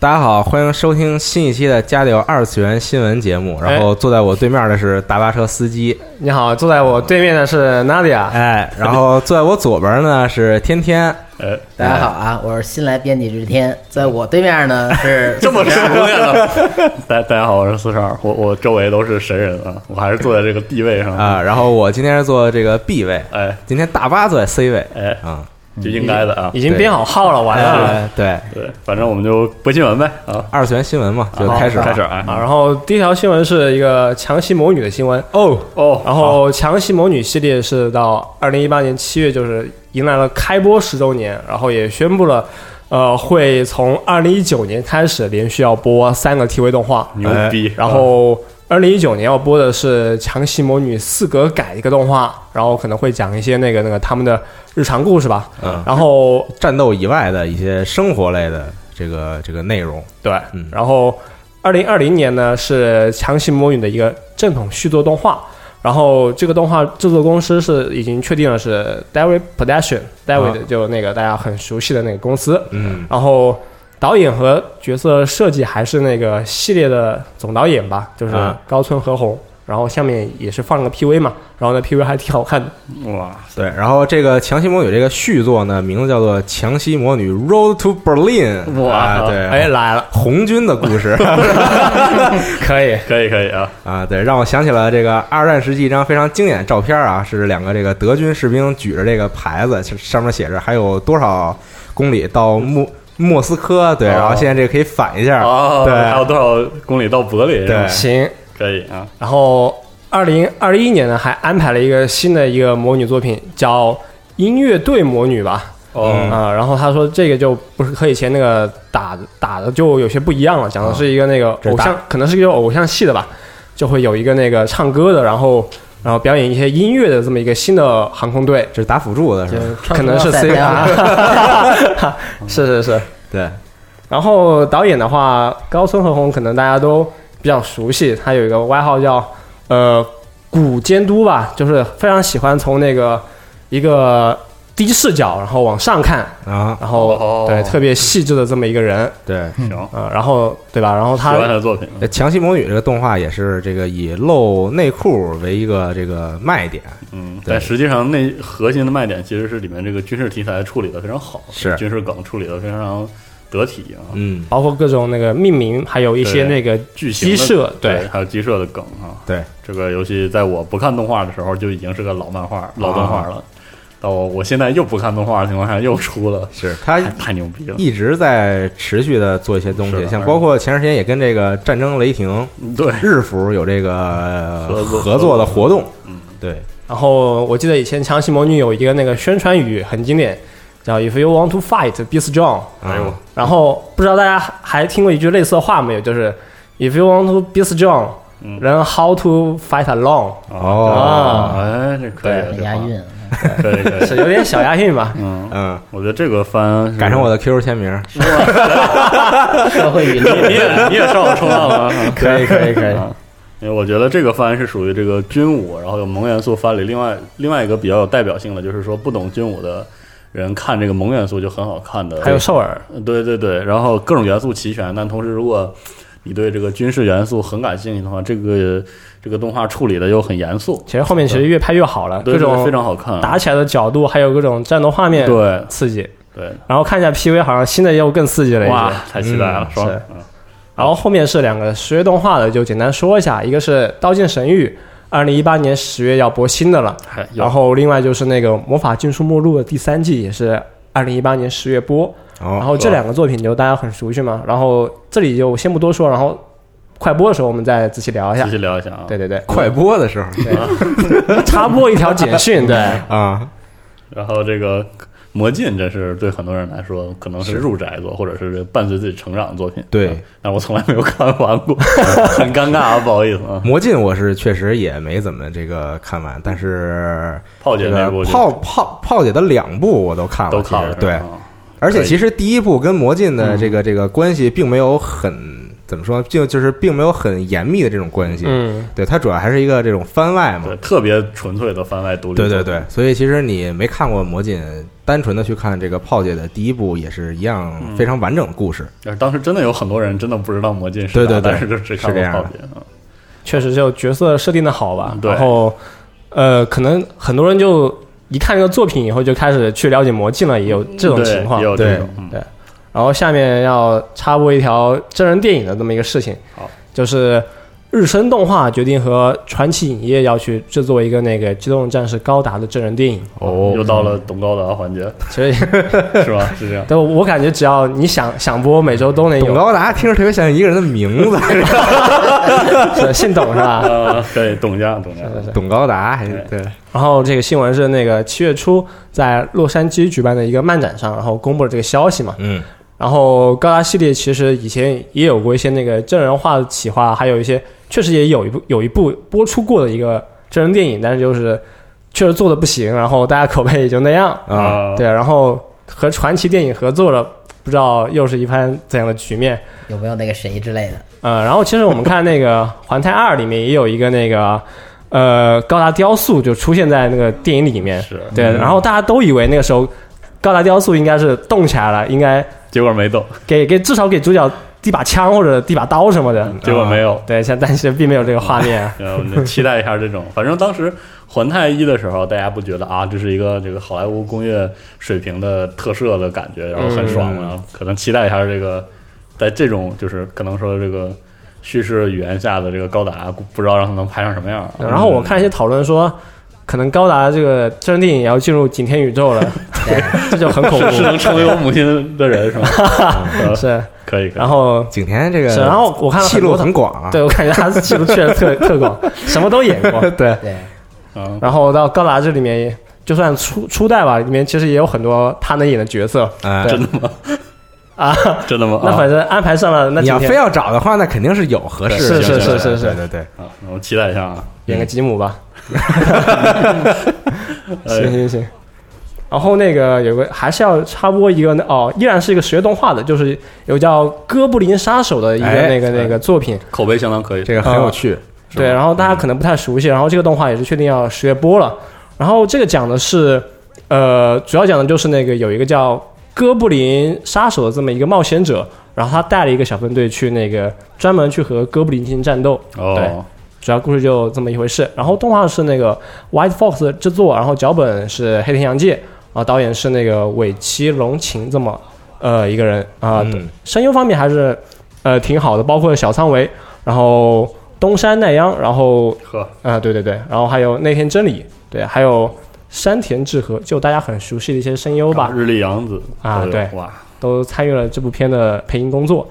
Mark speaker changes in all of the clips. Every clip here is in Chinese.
Speaker 1: 大家好，欢迎收听新一期的《加流二次元新闻节目》。然后坐在我对面的是大巴车司机，
Speaker 2: 你好，坐在我对面的是 Nadia，
Speaker 1: 哎，然后坐在我左边呢是天天，
Speaker 3: 呃，
Speaker 4: 大家好啊，我是新来编辑日天，在我对面呢是
Speaker 3: 这么熟练了。 大大家好，我是四十二，我我周围都是神人啊，我还是坐在这个地位上。
Speaker 1: 啊，然后我今天是坐这个 B 位，
Speaker 3: 哎
Speaker 1: 今天大巴坐在 C 位，
Speaker 3: 哎，
Speaker 1: 啊，
Speaker 3: 就应该的啊
Speaker 2: 已。经编好号了，完了。
Speaker 1: 哎对，
Speaker 3: 对，反正我们就播新闻呗啊，
Speaker 1: 二次元新闻嘛，就
Speaker 2: 好
Speaker 1: 开始了
Speaker 3: 开始啊。
Speaker 2: 啊，然后第一条新闻是一个强袭魔女的新闻哦，
Speaker 3: 哦，
Speaker 2: 然后强袭魔女系列是到二零一八年七月，就是迎来了开播十周年，然后也宣布了，呃，会从二零一九年开始连续要播三个 TV 动画，
Speaker 3: 牛
Speaker 1: 哎
Speaker 3: 逼。
Speaker 2: 然后二零一九年要播的是《强袭魔女四格改》一个动画，然后可能会讲一些那个那个他们的日常故事吧。
Speaker 1: 嗯
Speaker 2: 然后
Speaker 1: 战斗以外的一些生活类的这个这个内容，
Speaker 2: 对
Speaker 1: 嗯，
Speaker 2: 然后二零二零年呢是《强袭魔女》的一个正统续作动画。然后这个动画制作公司是已经确定了是 David Production，David、就那个大家很熟悉的那个公司。
Speaker 1: 啊嗯，
Speaker 2: 然后导演和角色设计还是那个系列的总导演吧，就是
Speaker 1: 啊
Speaker 2: 高村和宏。然后下面也是放了个 PV 嘛，然后那 PV 还挺好看的。
Speaker 1: 嗯
Speaker 3: 哇，
Speaker 1: 对，然后这个《强袭魔女》这个续作呢，名字叫做《强袭魔女 Road to Berlin》，
Speaker 3: 哇
Speaker 1: 啊对，
Speaker 2: 哎，来了，
Speaker 1: 红军的故事
Speaker 2: 可以。
Speaker 3: 可以可以啊，
Speaker 1: 啊，对，让我想起了这个二战时期一张非常经典的照片啊，是两个这个德军士兵举着这个牌子，是上面写着还有多少公里到莫莫斯科，对，
Speaker 3: 哦
Speaker 1: 然后现在这个可以反一下，
Speaker 3: 哦，还有
Speaker 1: 啊对，
Speaker 3: 多少公里到柏林？
Speaker 1: 对
Speaker 2: 行，
Speaker 3: 可以啊，
Speaker 2: 然后二零二一年呢，还安排了一个新的一个魔女作品，叫《音乐队魔女》吧。
Speaker 3: 哦，
Speaker 2: 啊、然后他说这个就不是和以前那个打打的就有些不一样了，讲的是一个那个
Speaker 1: 这
Speaker 2: 偶
Speaker 1: 打
Speaker 2: 像，可能是一个偶像系的吧，就会有一个那个唱歌的，然后然后表演一些音乐的这么一个新的航空队，
Speaker 1: 这是打辅助的是
Speaker 4: 就
Speaker 1: 吧？
Speaker 4: 是啊
Speaker 2: 可能是 C
Speaker 4: CR，
Speaker 2: R，是是是。
Speaker 1: 对，
Speaker 2: 然后导演的话，高村和宏可能大家都比较熟悉，他有一个外号叫呃“古监督”吧，就是非常喜欢从那个一个低视角，然后往上看，
Speaker 1: 啊，
Speaker 2: 然后、
Speaker 3: 哦
Speaker 2: 对特别细致的这么一个人
Speaker 1: 对，
Speaker 3: 行，喜
Speaker 2: 啊、呃然后对吧？然后
Speaker 3: 欢他
Speaker 2: 他
Speaker 3: 的作品，
Speaker 1: 这《强袭魔女》这个动画也是这个以露内裤为一个这个卖点，
Speaker 3: 嗯，
Speaker 1: 对
Speaker 3: 但实际上那核心的卖点其实是里面这个军事题材处理的非常好，
Speaker 1: 是
Speaker 3: 军事梗处理的非常得体啊，
Speaker 1: 嗯，
Speaker 2: 包括各种那个命名，还有一些
Speaker 3: 对
Speaker 2: 那个
Speaker 3: 剧情
Speaker 2: 鸡
Speaker 3: 的
Speaker 2: 舍对
Speaker 3: 对，还有鸡舍的梗啊，
Speaker 1: 对，
Speaker 3: 这个游戏在我不看动画的时候就已经是个老漫画、老动画了，到我我现在又不看动画的情况下又出了，
Speaker 1: 是它
Speaker 3: 太太牛逼了！
Speaker 1: 一直在持续的做一些东
Speaker 3: 是
Speaker 1: 西，
Speaker 3: 的
Speaker 1: 像包括前段时间也跟这个战争雷霆
Speaker 3: 对，
Speaker 1: 日服有这个
Speaker 3: 合作
Speaker 1: 合作的活动，
Speaker 3: 嗯，
Speaker 1: 对，
Speaker 2: 然后我记得以前《强袭魔女》有一个那个宣传语很经典，叫 “If you want to fight, be strong”。
Speaker 3: 哎呦
Speaker 1: 啊，
Speaker 2: 然后不知道大家还听过一句类似的话没有，就是 “If you want to be strong,
Speaker 3: 嗯
Speaker 2: then how to fight alone”，
Speaker 1: 哦
Speaker 3: 啊哎，这可以啊，
Speaker 4: 很
Speaker 3: 这
Speaker 4: 押
Speaker 3: 话，
Speaker 4: 韵，
Speaker 3: 可以可
Speaker 2: 是
Speaker 3: 以，？
Speaker 2: 有点小押韵吧
Speaker 3: 嗯，
Speaker 1: 嗯，
Speaker 3: 我觉得这个番是
Speaker 1: 改成我的 QQ 签名，
Speaker 4: 社会语录。
Speaker 3: 你你也你也上我冲浪了啊，
Speaker 1: 可以可以可以
Speaker 3: 啊因为我觉得这个番是属于这个军武，然后有萌元素番里另外另外一个比较有代表性的，就是说不懂军武的人看这个萌元素就很好看的。
Speaker 2: 还有兽耳，
Speaker 3: 对对对，然后各种元素齐全，但同时如果你对这个军事元素很感兴趣的话，这个这个动画处理的又很严肃，
Speaker 2: 其实后面其实越拍越好了，
Speaker 3: 对
Speaker 2: 各种
Speaker 3: 非常好看啊。
Speaker 2: 打起来的角度，还有各种战斗画面，
Speaker 3: 对
Speaker 2: 刺激。
Speaker 3: 对，
Speaker 2: 然后看一下 PV，好像新的又更刺激了一
Speaker 3: 哇
Speaker 2: 些。，
Speaker 3: 太期待了，
Speaker 2: 嗯
Speaker 3: 爽
Speaker 2: 是！
Speaker 3: 嗯
Speaker 2: 然后后面是两个十月动画的，就简单说一下，一个是《刀剑神域》，二零一八年十月要播新的了。
Speaker 3: 还有
Speaker 2: 然后另外就是那个《魔法禁书目录》的第三季也是二零一八年十月播。
Speaker 1: 哦，
Speaker 2: 然后这两个作品就大家很熟悉嘛，然后这里就先不多说，然后快播的时候我们再仔细聊一下
Speaker 3: 继。续聊一下啊。
Speaker 2: 对对对，
Speaker 1: 快播的时候
Speaker 2: 插播一条简讯，对，
Speaker 1: 啊，
Speaker 3: 然后这个《魔镜》真是对很多人来说可能是入宅作，或者是伴随自己成长的作品。啊
Speaker 1: 对，
Speaker 3: 但我从来没有看完过，很尴尬啊，不好意思 啊。
Speaker 1: 魔镜我是确实也没怎么这个看完，但是
Speaker 3: 炮姐
Speaker 1: 这
Speaker 3: 那
Speaker 1: 个
Speaker 3: 部就
Speaker 1: 炮炮炮姐的两部我都看了，
Speaker 3: 都看
Speaker 1: 其
Speaker 3: 了
Speaker 1: 实
Speaker 3: 是吧，
Speaker 1: 对，
Speaker 3: 啊
Speaker 1: 而且
Speaker 3: 可以
Speaker 1: 其实第一部跟魔镜的这个这个关系并没有很怎么说，就就是并没有很严密的这种关系。
Speaker 2: 嗯，
Speaker 1: 对，它主要还是一个这种番外嘛
Speaker 3: 啊对，。特别纯粹的番外独立。
Speaker 1: 对对对，，所以其实你没看过《魔戒》，单纯的去看这个炮姐的第一部，也是一样
Speaker 3: 嗯
Speaker 1: 非常完整的故事。
Speaker 3: 但是呃当时真的有很多人真的不知道魔镜是
Speaker 1: 对对
Speaker 3: 啥
Speaker 1: 对
Speaker 3: 但是就只看
Speaker 1: 是这
Speaker 3: 过
Speaker 1: 样的
Speaker 3: 泡片啊。
Speaker 2: 确实就角色设定的好吧
Speaker 3: 嗯，对
Speaker 2: 然后呃，可能很多人就一看这个作品以后就开始去了解魔镜了，也有这种
Speaker 3: 对
Speaker 2: 情况
Speaker 3: 也。有
Speaker 1: 对
Speaker 3: 这种，嗯
Speaker 2: 对然后下面要插播一条真人电影的这么一个事情，
Speaker 3: 好，
Speaker 2: 就是日升动画决定和传奇影业要去制作一个那个《机动战士高达》的真人电影。
Speaker 1: 哦
Speaker 3: 又到了懂高达环 节，
Speaker 2: 其实，。
Speaker 3: 是吧？是这样
Speaker 2: 但我感觉只要你想想播，每周都能
Speaker 1: 董
Speaker 2: 有。
Speaker 1: 高达听着特别像一个人的名字，
Speaker 2: 是姓董是吧？
Speaker 3: 啊，对，董家，董家
Speaker 2: 是，是是。
Speaker 1: 董高达还是对
Speaker 3: 对
Speaker 2: 然后这个新闻是那个七月初在洛杉矶举办的一个漫展上，然后公布了这个消息嘛。
Speaker 1: 嗯
Speaker 2: 然后高达系列其实以前也有过一些那个真人化的企划，还有一些确实也有一部有一部播出过的一个真人电影，但是就是确实做的不行，然后大家口碑也就那样。
Speaker 1: 啊，
Speaker 2: 对，然后和传奇电影合作了，不知道又是一番怎样的局面。
Speaker 4: 有没有那个谁之类的？
Speaker 2: 呃，然后其实我们看那个《环太二》里面也有一个那个呃高达雕塑就出现在那个电影里面，
Speaker 3: 是，
Speaker 2: 对，然后大家都以为那个时候高达雕塑应该是动起来了，应该
Speaker 3: 结果没懂，
Speaker 1: 啊
Speaker 2: 给给至少给主角递把枪或者递把刀什么的。
Speaker 3: 结果没有。
Speaker 2: 对，像但是并没有这个画面。啊
Speaker 3: 呃，我们期待一下这种。反正当时环太一的时候，大家不觉得啊，这是一个这个好莱坞工业水平的特摄的感觉，然后很
Speaker 1: 嗯
Speaker 3: 爽嘛。可能期待一下这个，在这种就是可能说这个叙事语言下的这个高达，不知道让它能拍成什么样啊。
Speaker 2: 然后我看一些讨论说，可能高达这个真人电影也要进入景天宇宙了，
Speaker 4: 对，
Speaker 2: 这就很恐
Speaker 3: 是能
Speaker 2: 怖。
Speaker 3: 成为我母亲的人是 吗？呃
Speaker 2: 是，
Speaker 3: 可以，可以
Speaker 2: 然后
Speaker 1: 景甜这个
Speaker 2: 是，然后我看了
Speaker 1: 戏
Speaker 2: 很
Speaker 1: 路
Speaker 2: 多讨
Speaker 1: 很广啊，
Speaker 2: 对我感觉他戏路确实特特广，什么都演过。对，
Speaker 4: 对，
Speaker 3: 嗯，
Speaker 2: 然后到高达这里面，就算初初代吧，里面其实也有很多他能演的角色
Speaker 1: 哎
Speaker 3: 真的吗？
Speaker 2: 啊。
Speaker 3: 真的吗？
Speaker 2: 那反正安排上了，那
Speaker 1: 你
Speaker 2: 几
Speaker 1: 要非
Speaker 2: 天
Speaker 1: 要找的话，那肯定是有合适的。
Speaker 2: 是是
Speaker 1: 对
Speaker 2: 是是是
Speaker 1: 对对对，
Speaker 3: 啊，我们期待一下啊。
Speaker 2: 演个吉姆 吧。
Speaker 3: 哎
Speaker 2: 行行行。然后那个有个还是要插播一个那哦，依然是一个学动画的，就是有叫《哥布林杀手》的一个
Speaker 1: 哎
Speaker 2: 那个那个作品，
Speaker 3: 口碑相当可以，
Speaker 1: 这个很有趣。
Speaker 2: 啊对，然后大家可能不太熟悉，然后这个动画也是确定要十月播了。然后这个讲的是，呃，主要讲的就是那个有一个叫哥布林杀手的这么一个冒险者，然后他带了一个小分队去那个专门去和哥布林进行战斗。对
Speaker 3: 哦，
Speaker 2: 主要故事就这么一回事。然后动画是那个 White Fox 制作，然后脚本是黑田洋介，啊，导演是那个尾崎龙琴这么呃一个人啊、
Speaker 1: 嗯
Speaker 2: 声优方面还是呃挺好的，包括小仓唯，然后东山奈央，然后
Speaker 3: 呵，
Speaker 2: 啊、对对对，然后还有内田真理，对，还有山田智和，就大家很熟悉的一些声优吧，
Speaker 3: 日历洋子
Speaker 2: 啊
Speaker 3: 都有
Speaker 2: 对
Speaker 3: 哇，
Speaker 2: 都参与了这部片的配音工作。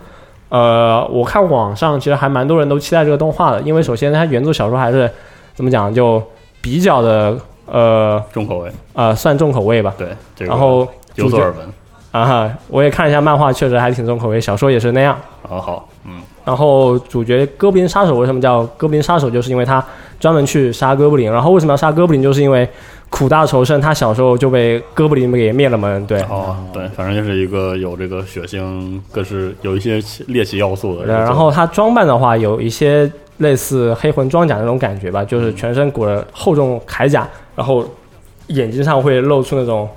Speaker 2: 呃，我看网上其实还蛮多人都期待这个动画的，因为首先它原著小说还是怎么讲，就比较的呃
Speaker 3: 重口味，
Speaker 2: 呃算重口味吧。
Speaker 3: 对，这个
Speaker 2: 然后
Speaker 3: 有
Speaker 2: 主
Speaker 3: 所
Speaker 2: 角
Speaker 3: 耳闻。
Speaker 2: 啊哈，我也看了一下漫画，确实还挺重口味，小说也是那样。
Speaker 3: 好好，嗯，
Speaker 2: 然后主角哥布林杀手为什么叫哥布林杀手，就是因为他专门去杀哥布林。然后为什么要杀哥布林，就是因为苦大仇深，他小时候就被哥布林给灭了门。对，
Speaker 3: 哦，对，反正就是一个有这个血腥，各是有一些猎奇要素的。
Speaker 2: 对，然后它装扮的话有一些类似黑魂装甲那种感觉吧，
Speaker 3: 嗯
Speaker 2: 就是全身裹着厚重铠甲，然后眼睛上会露出那种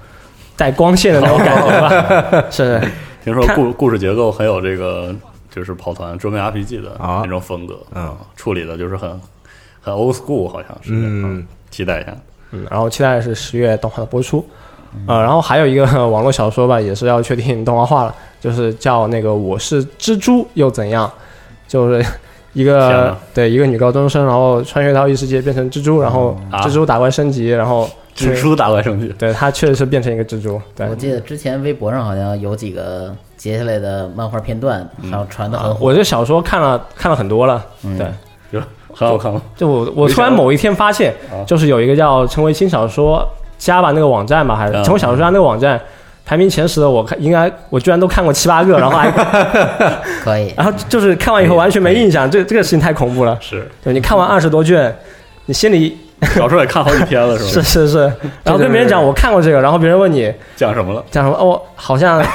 Speaker 2: 带光线的那种感觉
Speaker 3: 哦
Speaker 2: 吧。是，
Speaker 3: 听说
Speaker 2: 看
Speaker 3: 故故事结构很有这个，就是跑团桌面 RPG 的
Speaker 1: 啊
Speaker 3: 那种风格，
Speaker 1: 嗯
Speaker 3: 啊，处理的就是很很 old school，好像是，啊
Speaker 1: 嗯，
Speaker 3: 期待一下。
Speaker 2: 嗯，然后期待是十月动画的播出。
Speaker 3: 嗯
Speaker 2: 呃，然后还有一个 网络小说吧，也是要确定动画化了，就是叫那个《我是蜘蛛又怎样》，就是一
Speaker 3: 天
Speaker 2: 个
Speaker 3: 哪
Speaker 2: 对一个女高中生，然后穿越到异世界变成蜘蛛，然后
Speaker 3: 啊
Speaker 2: 蜘蛛打怪升级，然后
Speaker 3: 蜘蛛打怪升级，
Speaker 2: 对，它确实是变成一个蜘蛛。对
Speaker 4: 我，记得之前微博上好像有几个截下来的漫画片段，然后传的很
Speaker 1: 嗯
Speaker 4: 火。
Speaker 2: 我这小说看了看了很多了。对，
Speaker 3: 就很好看吗？
Speaker 2: 就我我突然某一天发现
Speaker 3: 啊，
Speaker 2: 就是有一个叫“成为新小说家”吧，那个网站吧，还是
Speaker 3: 嗯
Speaker 2: “成为小说家”那个网站。排名前十的，我看应该我居然都看过七八 个，然后还嗯
Speaker 4: 可以
Speaker 2: 然后 就是看完以后完全没印象，这这个事情太恐怖了。
Speaker 3: 是
Speaker 2: 对你看完二十多卷，你心里
Speaker 3: 小时候也看好几天了，是
Speaker 2: 是
Speaker 3: 吧？
Speaker 2: 是是，然后跟别人讲我看过这个，然后别人问你
Speaker 3: 讲什么了？
Speaker 2: 讲什么，哦，好像，
Speaker 1: 啊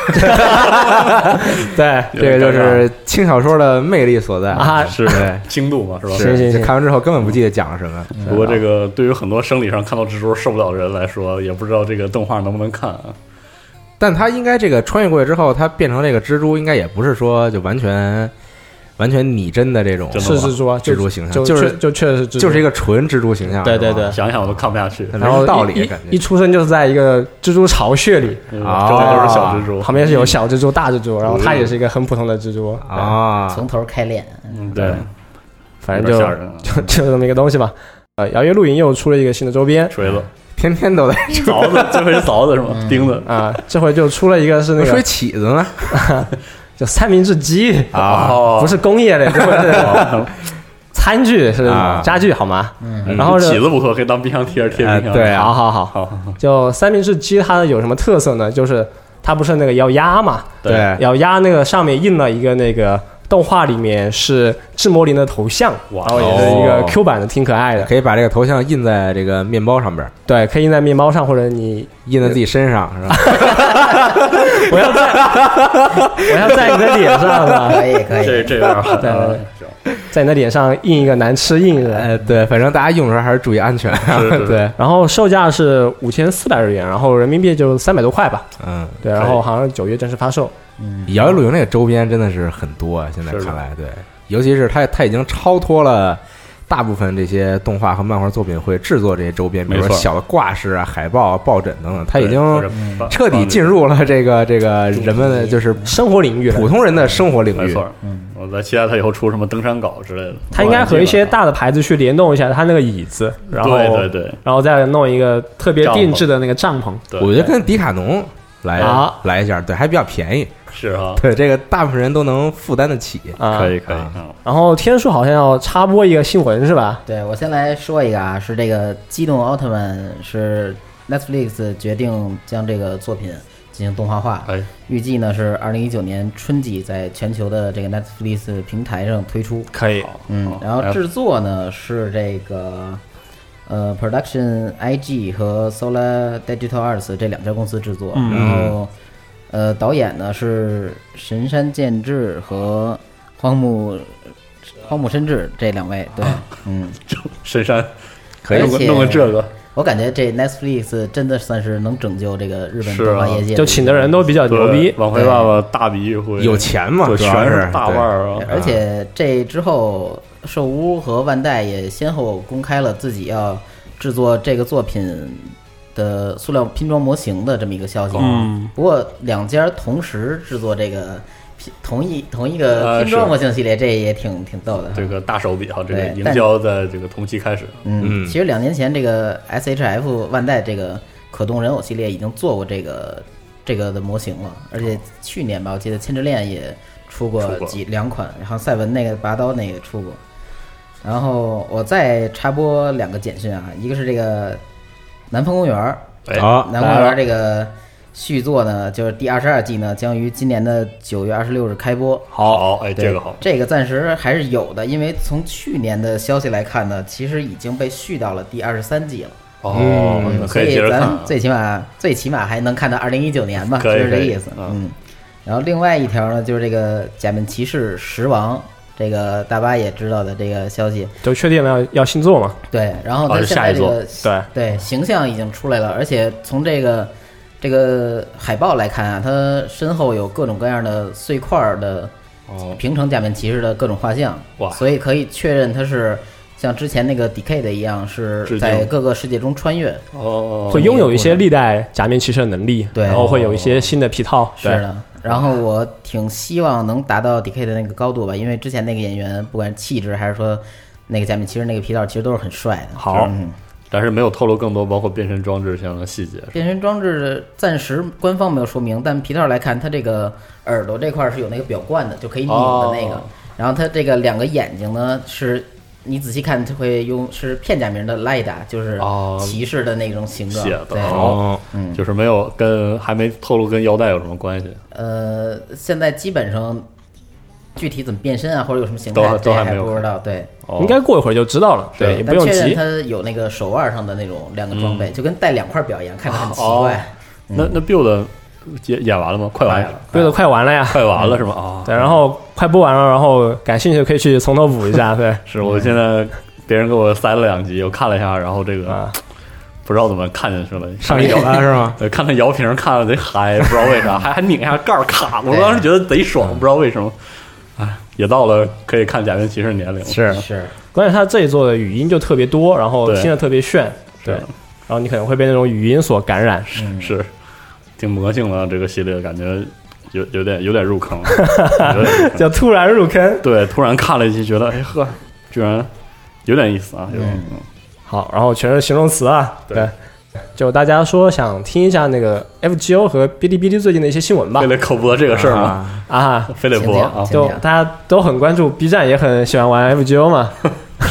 Speaker 2: 对，
Speaker 1: 这个就是轻小说的魅力所在
Speaker 2: 啊
Speaker 3: 是
Speaker 1: 对
Speaker 3: 轻度嘛，是吧？
Speaker 2: 行行
Speaker 1: 是，
Speaker 2: 行
Speaker 1: 就看完之后根本不记得讲了什么。
Speaker 3: 不过这个对于很多生理上看到蜘蛛受不了的人来说，也不知道这个动画能不能看啊。
Speaker 1: 但他应该这个穿越过去之后，他变成这个蜘蛛，应该也不是说就完全完全拟真的这种，
Speaker 3: 真的
Speaker 2: 是
Speaker 3: 吗
Speaker 2: 蜘蛛啊，就
Speaker 1: 蜘蛛形象
Speaker 2: 就
Speaker 1: 就是
Speaker 2: 确就确实是蜘蛛，
Speaker 1: 就是一个纯蜘蛛形象。
Speaker 2: 对对
Speaker 1: 是吧
Speaker 2: 对
Speaker 3: 想想我都看不下去，
Speaker 1: 很没
Speaker 2: 然后
Speaker 1: 什么
Speaker 2: 一
Speaker 1: 道理
Speaker 2: 一
Speaker 1: 感
Speaker 2: 一
Speaker 1: 觉。
Speaker 2: 出生就是在一个蜘蛛巢穴里，
Speaker 3: 嗯
Speaker 1: 哦
Speaker 3: 周围都是小蜘蛛，
Speaker 2: 啊旁边是有小蜘蛛、大蜘蛛，然后它也是一个很普通的蜘蛛，
Speaker 1: 嗯
Speaker 2: 哎
Speaker 1: 啊，
Speaker 4: 从头开 练，
Speaker 3: 嗯，对，
Speaker 2: 反正
Speaker 3: 有
Speaker 2: 就
Speaker 3: 点吓人啊。
Speaker 2: 就 就这么一个东西吧。呃，摇曳露营又出了一个新的周边
Speaker 3: 锤子、
Speaker 1: 天天都在
Speaker 3: 凿子， 这回是凿子是吗？钉子，
Speaker 2: 啊、这回就出了一个是那
Speaker 1: 说
Speaker 2: 个
Speaker 1: 起子呢
Speaker 2: 叫三明治机，
Speaker 1: 啊，
Speaker 3: 哦
Speaker 2: 不是工业类，这回是
Speaker 3: 哦
Speaker 2: 餐具是
Speaker 1: 啊
Speaker 2: 家具好吗？
Speaker 1: 嗯
Speaker 2: 然后是
Speaker 3: 起子不错，可以当冰箱贴，贴冰箱。
Speaker 1: 哎对啊
Speaker 2: 好好好，
Speaker 3: 好，好，
Speaker 2: 就三明治机它有什么特色呢？就是它不是那个要压嘛，
Speaker 1: 对
Speaker 2: 咬压那个上面印了一个那个动画里面是智魔灵的头像，
Speaker 3: 哇
Speaker 2: 然后也是一
Speaker 1: 哦
Speaker 2: 个 Q 版的，挺可爱的。
Speaker 1: 可以把这个头像印在这个面包上边，
Speaker 2: 对，可以印在面包上，或者你
Speaker 1: 印在自己身上是吧？
Speaker 2: 我要 在我要在你的脸上吧，
Speaker 4: 可以可
Speaker 3: 这
Speaker 4: 以，
Speaker 3: 这有点狠啊，
Speaker 2: 在你的脸上印一个难吃印人。
Speaker 1: 呃，对，反正大家用的时候还是注意安全。
Speaker 3: 是是是
Speaker 1: 啊对，
Speaker 2: 然后售价是五千四百日元，然后人民币就三百多块吧。
Speaker 1: 嗯，
Speaker 2: 对，
Speaker 3: 可以
Speaker 2: 然后好像九月正式发售。
Speaker 1: 摇曳露营那个周边真的是很多，啊，现在
Speaker 3: 是的
Speaker 1: 看来，对，尤其是它它已经超脱了。大部分这些动画和漫画作品会制作这些周边，比如
Speaker 3: 没
Speaker 1: 说
Speaker 3: 错
Speaker 1: 小的挂饰啊、海报、啊、抱枕等等，它
Speaker 3: 对
Speaker 1: 已经
Speaker 3: 或者放
Speaker 1: 彻底进入了这个这个人们的就是
Speaker 2: 生活领域了，
Speaker 1: 普通人的生活领
Speaker 3: 没
Speaker 1: 域。
Speaker 3: 错，嗯，我在期待他以后出什么登山稿之类的。
Speaker 2: 它应该和一些大的牌子去联动一下它那个椅子，然后
Speaker 3: 对对对，
Speaker 2: 然后再弄一个特别定制的那个帐篷。
Speaker 3: 对
Speaker 1: 我觉得跟迪卡侬来
Speaker 2: 啊
Speaker 1: 来一下，对，还比较便宜，
Speaker 3: 是哈，
Speaker 1: 对，这个大部分人都能负担得起。
Speaker 2: 啊，
Speaker 3: 可以可以
Speaker 1: 啊，
Speaker 3: 嗯
Speaker 2: 然后天数好像要插播一个新闻是吧？
Speaker 4: 对我先来说一个啊，是这个《机动奥特曼》是 Netflix 决定将这个作品进行动画化，
Speaker 3: 哎，
Speaker 4: 预计呢是二零一九年春季在全球的这个 Netflix 平台上推出。
Speaker 2: 可以
Speaker 4: 嗯
Speaker 3: 好，
Speaker 4: 然后
Speaker 3: 哎
Speaker 4: 制作呢是这个呃 Production IG 和 Solar Digital Arts 这两家公司制作，
Speaker 3: 嗯
Speaker 4: 然后呃导演呢是神山健治和荒木荒木伸治这两位，对，
Speaker 3: 啊
Speaker 4: 嗯，
Speaker 3: 深山
Speaker 4: 可以
Speaker 3: 弄个弄个这个，
Speaker 4: 我感觉这 Netflix 真的算是能拯救这个日本
Speaker 3: 是
Speaker 4: 动画
Speaker 3: 啊
Speaker 4: 业界，
Speaker 2: 就请的人都
Speaker 1: 呃
Speaker 2: 比较
Speaker 3: 对
Speaker 2: 牛逼，
Speaker 3: 往回爸爸大笔一挥，
Speaker 1: 有钱嘛
Speaker 3: 对
Speaker 1: 主要
Speaker 3: 全
Speaker 1: 是
Speaker 3: 是大腕儿啊
Speaker 4: 对，而且这之后，寿屋和万代也先后公开了自己要制作这个作品的塑料拼装模型的这么一个消息。
Speaker 2: 嗯，
Speaker 4: 不过两家同时制作这个拼同一同一个
Speaker 3: 呃
Speaker 4: 拼装
Speaker 3: 是
Speaker 4: 模型系列，这也挺挺逗的哈。
Speaker 3: 这个大手笔哈，这个
Speaker 4: 对
Speaker 3: 营
Speaker 4: 但
Speaker 3: 销在这个同期开始，
Speaker 4: 嗯，
Speaker 1: 嗯
Speaker 4: 其实两年前这个 SHF 万代这个可动人偶系列已经做过这个这个的模型了，而且去年吧，我记得千之恋也出过
Speaker 3: 出过
Speaker 4: 几两款，然后赛文那个拔刀那个也出过。然后我再插播两个简讯啊，一个是这个南方公园儿，
Speaker 3: 哎，
Speaker 1: 好，
Speaker 4: 南方公园儿这个续作呢，就是第二十二季呢，将于今年的九月二十六日开播。
Speaker 3: 好，哎，
Speaker 4: 对
Speaker 3: 这个好，
Speaker 4: 这个暂时还是有的，因为从去年的消息来看呢，其实已经被续到了第二十三季了，嗯
Speaker 3: 哦，
Speaker 1: 嗯
Speaker 3: 那可
Speaker 4: 所
Speaker 3: 以
Speaker 4: 以
Speaker 3: 接着看
Speaker 4: 咱
Speaker 3: 啊，
Speaker 4: 最起码最起码还能看到二零一九年吧，就
Speaker 3: 可以
Speaker 4: 是这
Speaker 3: 可以
Speaker 4: 意思。
Speaker 3: 嗯
Speaker 4: 嗯，然后另外一条呢，就是这个假面骑士时王，这个大巴也知道的这个消息，
Speaker 2: 就确定了要要新作嘛？
Speaker 4: 对，然后
Speaker 3: 哦
Speaker 4: 他
Speaker 3: 是
Speaker 4: 现
Speaker 3: 下
Speaker 4: 在
Speaker 3: 一
Speaker 4: 这
Speaker 3: 座
Speaker 4: 个
Speaker 2: 对
Speaker 4: 对形象已经出来了，而且从这个这个海报来看啊，它身后有各种各样的碎块儿的
Speaker 3: 哦，
Speaker 4: 平成假面骑士的各种画像，
Speaker 3: 哇
Speaker 4: 所以可以确认它是像之前那个 DK 的一样，
Speaker 3: 致
Speaker 4: 是
Speaker 3: 敬
Speaker 4: 在各个世界中穿越。
Speaker 3: 哦，
Speaker 2: 会拥有一些历代假面骑士的能力，
Speaker 4: 对
Speaker 2: 然后会有一些新的皮套，
Speaker 4: 是
Speaker 2: 对，
Speaker 4: 的，然后我挺希望能达到 DK 的那个高度吧，因为之前那个演员，不管是气质还是说那个假面骑士那个皮套，其实都是很帅的。
Speaker 2: 好
Speaker 4: 嗯，
Speaker 3: 但是没有透露更多包括变身装置相关的细节。
Speaker 4: 变身装置暂时官方没有说明，但皮套来看，它这个耳朵这块是有那个表冠的，就可以拧的那个。
Speaker 3: 哦
Speaker 4: 然后它这个两个眼睛呢，是你仔细看就会用是片假名的拉伊达，就是
Speaker 3: 哦
Speaker 4: 骑士的那种形状。
Speaker 3: 写的
Speaker 4: 对，
Speaker 1: 哦，
Speaker 4: 嗯，
Speaker 3: 就是没有跟还没透露跟腰带有什么关系，
Speaker 4: 呃，现在基本上具体怎么变身啊，或者有什么形
Speaker 3: 都
Speaker 4: 态，
Speaker 3: 还
Speaker 4: 这
Speaker 3: 都还没有
Speaker 4: 不知
Speaker 3: 看
Speaker 4: 道。对，嗯
Speaker 3: 哦
Speaker 2: 应该过一会儿就知道了，
Speaker 3: 对
Speaker 2: 对，也不
Speaker 4: 但
Speaker 2: 用
Speaker 4: 确认
Speaker 2: 急。
Speaker 4: 他有那个手腕上的那种两个装备，就跟戴两块表一样，看着很奇
Speaker 3: 嗯哦
Speaker 4: 怪。
Speaker 3: 那那 build 演演完了吗？快完了，
Speaker 2: 对的，快完 了呀，
Speaker 3: 快完了是吗？啊，
Speaker 2: 对，然后快播完了，然后感兴趣的可以去从头补一下，对，
Speaker 3: 是我现在别人给我塞了两集，我看了一下，然后这个
Speaker 2: 啊，
Speaker 3: 不知道怎么看进去了，
Speaker 1: 上瘾了是吗？
Speaker 3: 对，看他摇瓶看了贼嗨，不知道为啥，还还拧一下盖儿卡，我
Speaker 4: 对
Speaker 3: 当时觉得贼爽，不知道为什么。哎，也到了可以看《假面骑士》年龄了，
Speaker 2: 是，
Speaker 4: 是，
Speaker 2: 关键他这一座的语音就特别多，然后
Speaker 3: 对
Speaker 2: 听着特别炫，对，
Speaker 3: 是
Speaker 2: 然后你可能会被那种语音所感染，
Speaker 3: 是挺魔性的这个系列，感觉有有点有点入坑，有点入坑
Speaker 2: 就突然入坑。
Speaker 3: 对，突然看了一集，觉得哎呵，居然有点意思啊，有点
Speaker 4: 嗯
Speaker 2: 好，然后全是形容词啊，
Speaker 3: 对
Speaker 2: 对，就大家说想听一下那个 FGO 和哔哩哔哩最近的一些新闻吧
Speaker 3: 非，得口播这个事儿吗？
Speaker 1: 啊
Speaker 2: 啊，
Speaker 3: 非得播啊
Speaker 4: 请
Speaker 2: 就
Speaker 4: 讲？
Speaker 2: 大家都很关注 B 站，也很喜欢玩 FGO 嘛，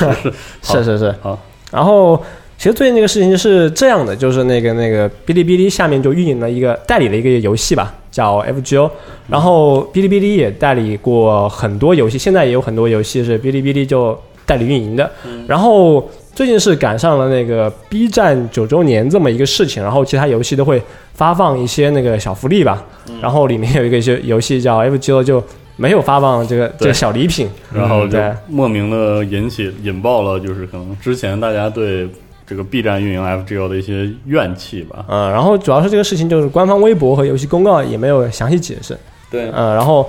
Speaker 2: 是是是
Speaker 3: 好。
Speaker 2: 然后其实最近这个事情是这样的，就是那个那个哔哩哔哩下面就运营了一个代理了一个游戏吧，叫 FGO，然后哔哩哔哩也代理过很多游戏，现在也有很多游戏是哔哩哔哩就代理运营的，然后。最近是赶上了那个 B 站九周年这么一个事情，然后其他游戏都会发放一些那个小福利吧。然后里面有一个游戏游戏叫 FGO，就没有发放这个这
Speaker 3: 对
Speaker 2: 个小礼品，嗯
Speaker 3: 然后就
Speaker 2: 对
Speaker 3: 莫名的引起引爆了，就是可能之前大家对这个 B 站运营 FGO 的一些怨气吧。
Speaker 2: 嗯，然后主要是这个事情就是官方微博和游戏公告也没有详细解释，
Speaker 3: 对
Speaker 2: 嗯，然后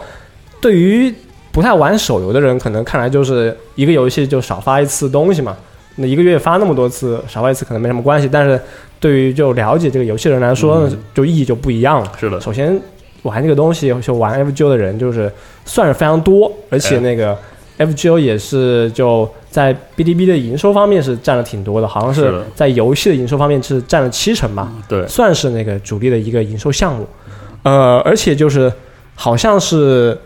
Speaker 2: 对于不太玩手游的人，可能看来就是一个游戏就少发一次东西嘛，那一个月发那么多次，少发一次可能没什么关系，但是对于就了解这个游戏的人来说，
Speaker 3: 嗯
Speaker 2: 就意义就不一样了。
Speaker 3: 是的，
Speaker 2: 首先玩这个东西，就玩 FGO 的人就是算是非常多，而且那个 FGO 也是就在哔哩哔哩的营收方面是占了挺多的，好像
Speaker 3: 是
Speaker 2: 是
Speaker 3: 的
Speaker 2: 在游戏的营收方面是占了七成吧，
Speaker 3: 对，
Speaker 2: 算是那个主力的一个营收项目。呃，而且就是好像是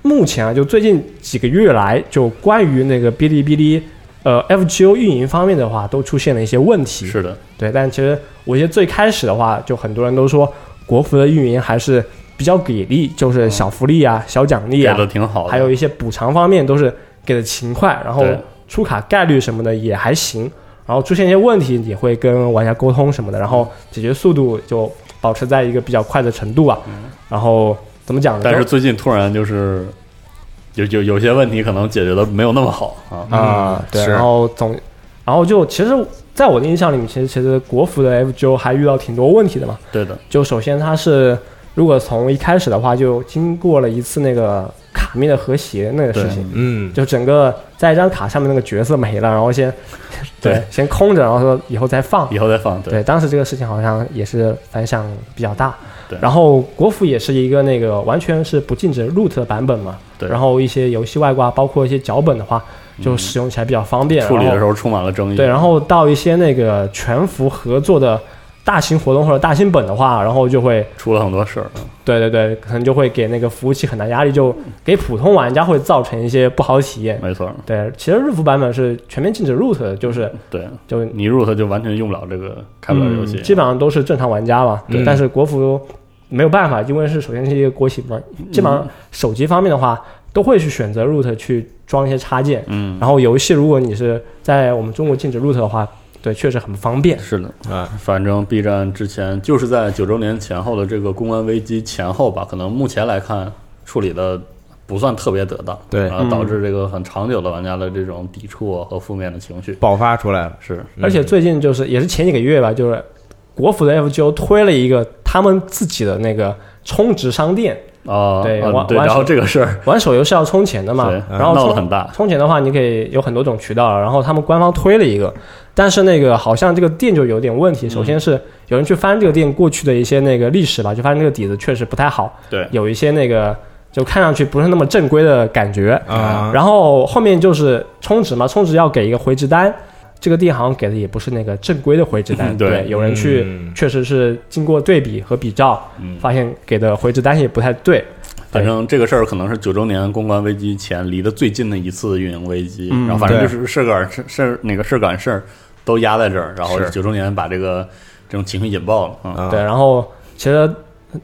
Speaker 2: 目前啊，就最近几个月来，就关于那个哔哩哔哩。呃，FGO 运营方面的话，都出现了一些问题。
Speaker 3: 是的，
Speaker 2: 对，但其实我觉得最开始的话，就很多人都说国服的运营还是比较给力，就是小福利啊、小奖励
Speaker 3: 嗯给
Speaker 2: 啊
Speaker 3: 的，挺好的。
Speaker 2: 还有一些补偿方面都是给的勤快，然后
Speaker 3: 对
Speaker 2: 出卡概率什么的也还行，然后出现一些问题也会跟玩家沟通什么的，然后解决速度就保持在一个比较快的程度啊。然后怎么讲呢？
Speaker 3: 嗯但是最近突然就是有有有些问题可能解决的没有那么好啊。
Speaker 2: 啊、
Speaker 1: 嗯
Speaker 2: 对，
Speaker 1: 是
Speaker 2: 然后总，然后就其实，在我的印象里面，其实其实国服的 FGO 还遇到挺多问题的嘛。
Speaker 3: 对的，
Speaker 2: 就首先它是如果从一开始的话，就经过了一次那个卡面的和谐那个事情，
Speaker 1: 嗯，
Speaker 2: 就整个在一张卡上面那个角色没了，然后先
Speaker 3: 对
Speaker 2: 先空着，然后说以后再放。
Speaker 3: 以后再放。对，
Speaker 2: 对，当时这个事情好像也是反响比较大。
Speaker 3: 对
Speaker 2: 然后国服也是一个那个完全是不禁止 root 的版本嘛。
Speaker 3: 对嗯
Speaker 2: 然后一些游戏外挂，包括一些脚本的话，就使用起来比较方便。
Speaker 3: 处理的时
Speaker 2: 候。
Speaker 3: 候充满了争议。
Speaker 2: 对，然后到一些那个全服合作的大型活动或者大型本的话，然后就会
Speaker 3: 出了很多事儿。嗯
Speaker 2: 对对对，可能就会给那个服务器很大压力，就给普通玩家会造成一些不好的体验。
Speaker 3: 没错，
Speaker 2: 对，其实日服版本是全面禁止 root 的，就是
Speaker 3: 对
Speaker 2: 就
Speaker 3: 你入它就完全用不了这个开不了游戏
Speaker 2: 嗯，基本上都是正常玩家嘛。
Speaker 1: 对
Speaker 2: 但是国服没有办法，因为是首先是一个国企嘛，基本上手机方面的话都会去选择 root 去装一些插件。
Speaker 3: 嗯，
Speaker 2: 然后游戏如果你是在我们中国禁止 root 的话，对，确实很不方便。
Speaker 3: 是的。
Speaker 1: 啊，
Speaker 3: 反正 B 站之前就是在九周年前后的这个公关危机前后吧，可能目前来看处理的不算特别得当，
Speaker 1: 对
Speaker 3: 啊、
Speaker 2: 嗯
Speaker 3: 导致这个很长久的玩家的这种抵触啊和负面的情绪
Speaker 1: 爆发出来了，
Speaker 3: 是。
Speaker 1: 嗯
Speaker 2: 而且最近就是也是前几个月吧，就是国服的 FGO 推了一个他们自己的那个充值商店，
Speaker 3: 啊，
Speaker 2: 对
Speaker 3: 啊
Speaker 2: 玩
Speaker 3: 对，
Speaker 2: 玩
Speaker 3: 然后这个事 儿，
Speaker 2: 玩手游是要充钱的嘛
Speaker 3: 对，
Speaker 2: 然后
Speaker 3: 闹得
Speaker 2: 充
Speaker 3: 很大
Speaker 2: 充钱的话，你可以有很多种渠道，然后他们官方推了一个，但是那个好像这个店就有点问题。
Speaker 3: 嗯
Speaker 2: 首先是有人去翻这个店过去的一些那个历史吧，就发现这个底子确实不太好，
Speaker 3: 对，
Speaker 2: 有一些那个就看上去不是那么正规的感觉。
Speaker 1: 啊，
Speaker 2: 然后后面就是充值嘛，充值要给一个回执单，这个店好像给的也不是那个正规的回执单，
Speaker 3: 对
Speaker 2: 有人去
Speaker 1: 嗯
Speaker 2: 确实是经过对比和比照，
Speaker 3: 嗯
Speaker 2: 发现给的回执单也不太对。
Speaker 3: 反正这个事儿可能是九周年公关危机前离得最近的一次运营危机，
Speaker 2: 嗯
Speaker 3: 然后反正
Speaker 1: 对
Speaker 3: 就是事儿赶事事儿哪个事儿赶事儿都压在这儿，然后
Speaker 1: 是
Speaker 3: 九周年把这个这种情绪引爆了，嗯，
Speaker 1: 啊
Speaker 2: 对，然后其实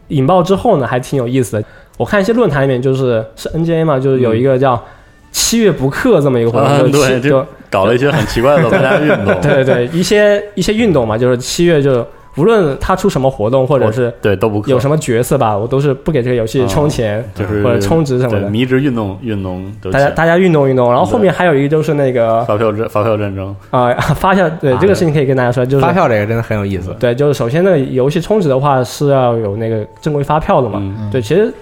Speaker 2: 引爆之后呢，还挺有意思的。我看一些论坛里面，就是是 NGA 嘛，就是有一个叫“七月不氪”这 么一个活
Speaker 3: 啊，
Speaker 2: 动，就
Speaker 3: 对，
Speaker 2: 是七
Speaker 3: 就
Speaker 2: 就
Speaker 3: 搞了一些很奇 怪的玩家运动，
Speaker 2: 对对，一些一些运动嘛，就是七月就无论他出什么活动，或者是
Speaker 3: 对都不可
Speaker 2: 有什么角色吧，我都是不给这个游戏充钱，
Speaker 3: 啊就是
Speaker 2: 或者充值什么
Speaker 3: 对
Speaker 2: 的。
Speaker 3: 迷之运动运动的
Speaker 2: 大家大家运动运动，然后后面还有一个就是那个
Speaker 3: 发票战发票战争，
Speaker 2: 啊、 发票对
Speaker 1: 啊
Speaker 2: 这个事情可以跟大家说，就是
Speaker 1: 发票这个真的很有意思。
Speaker 2: 对，就是首先那个游戏充值的话是要有那个正规发票的嘛，
Speaker 3: 嗯，
Speaker 2: 对，其实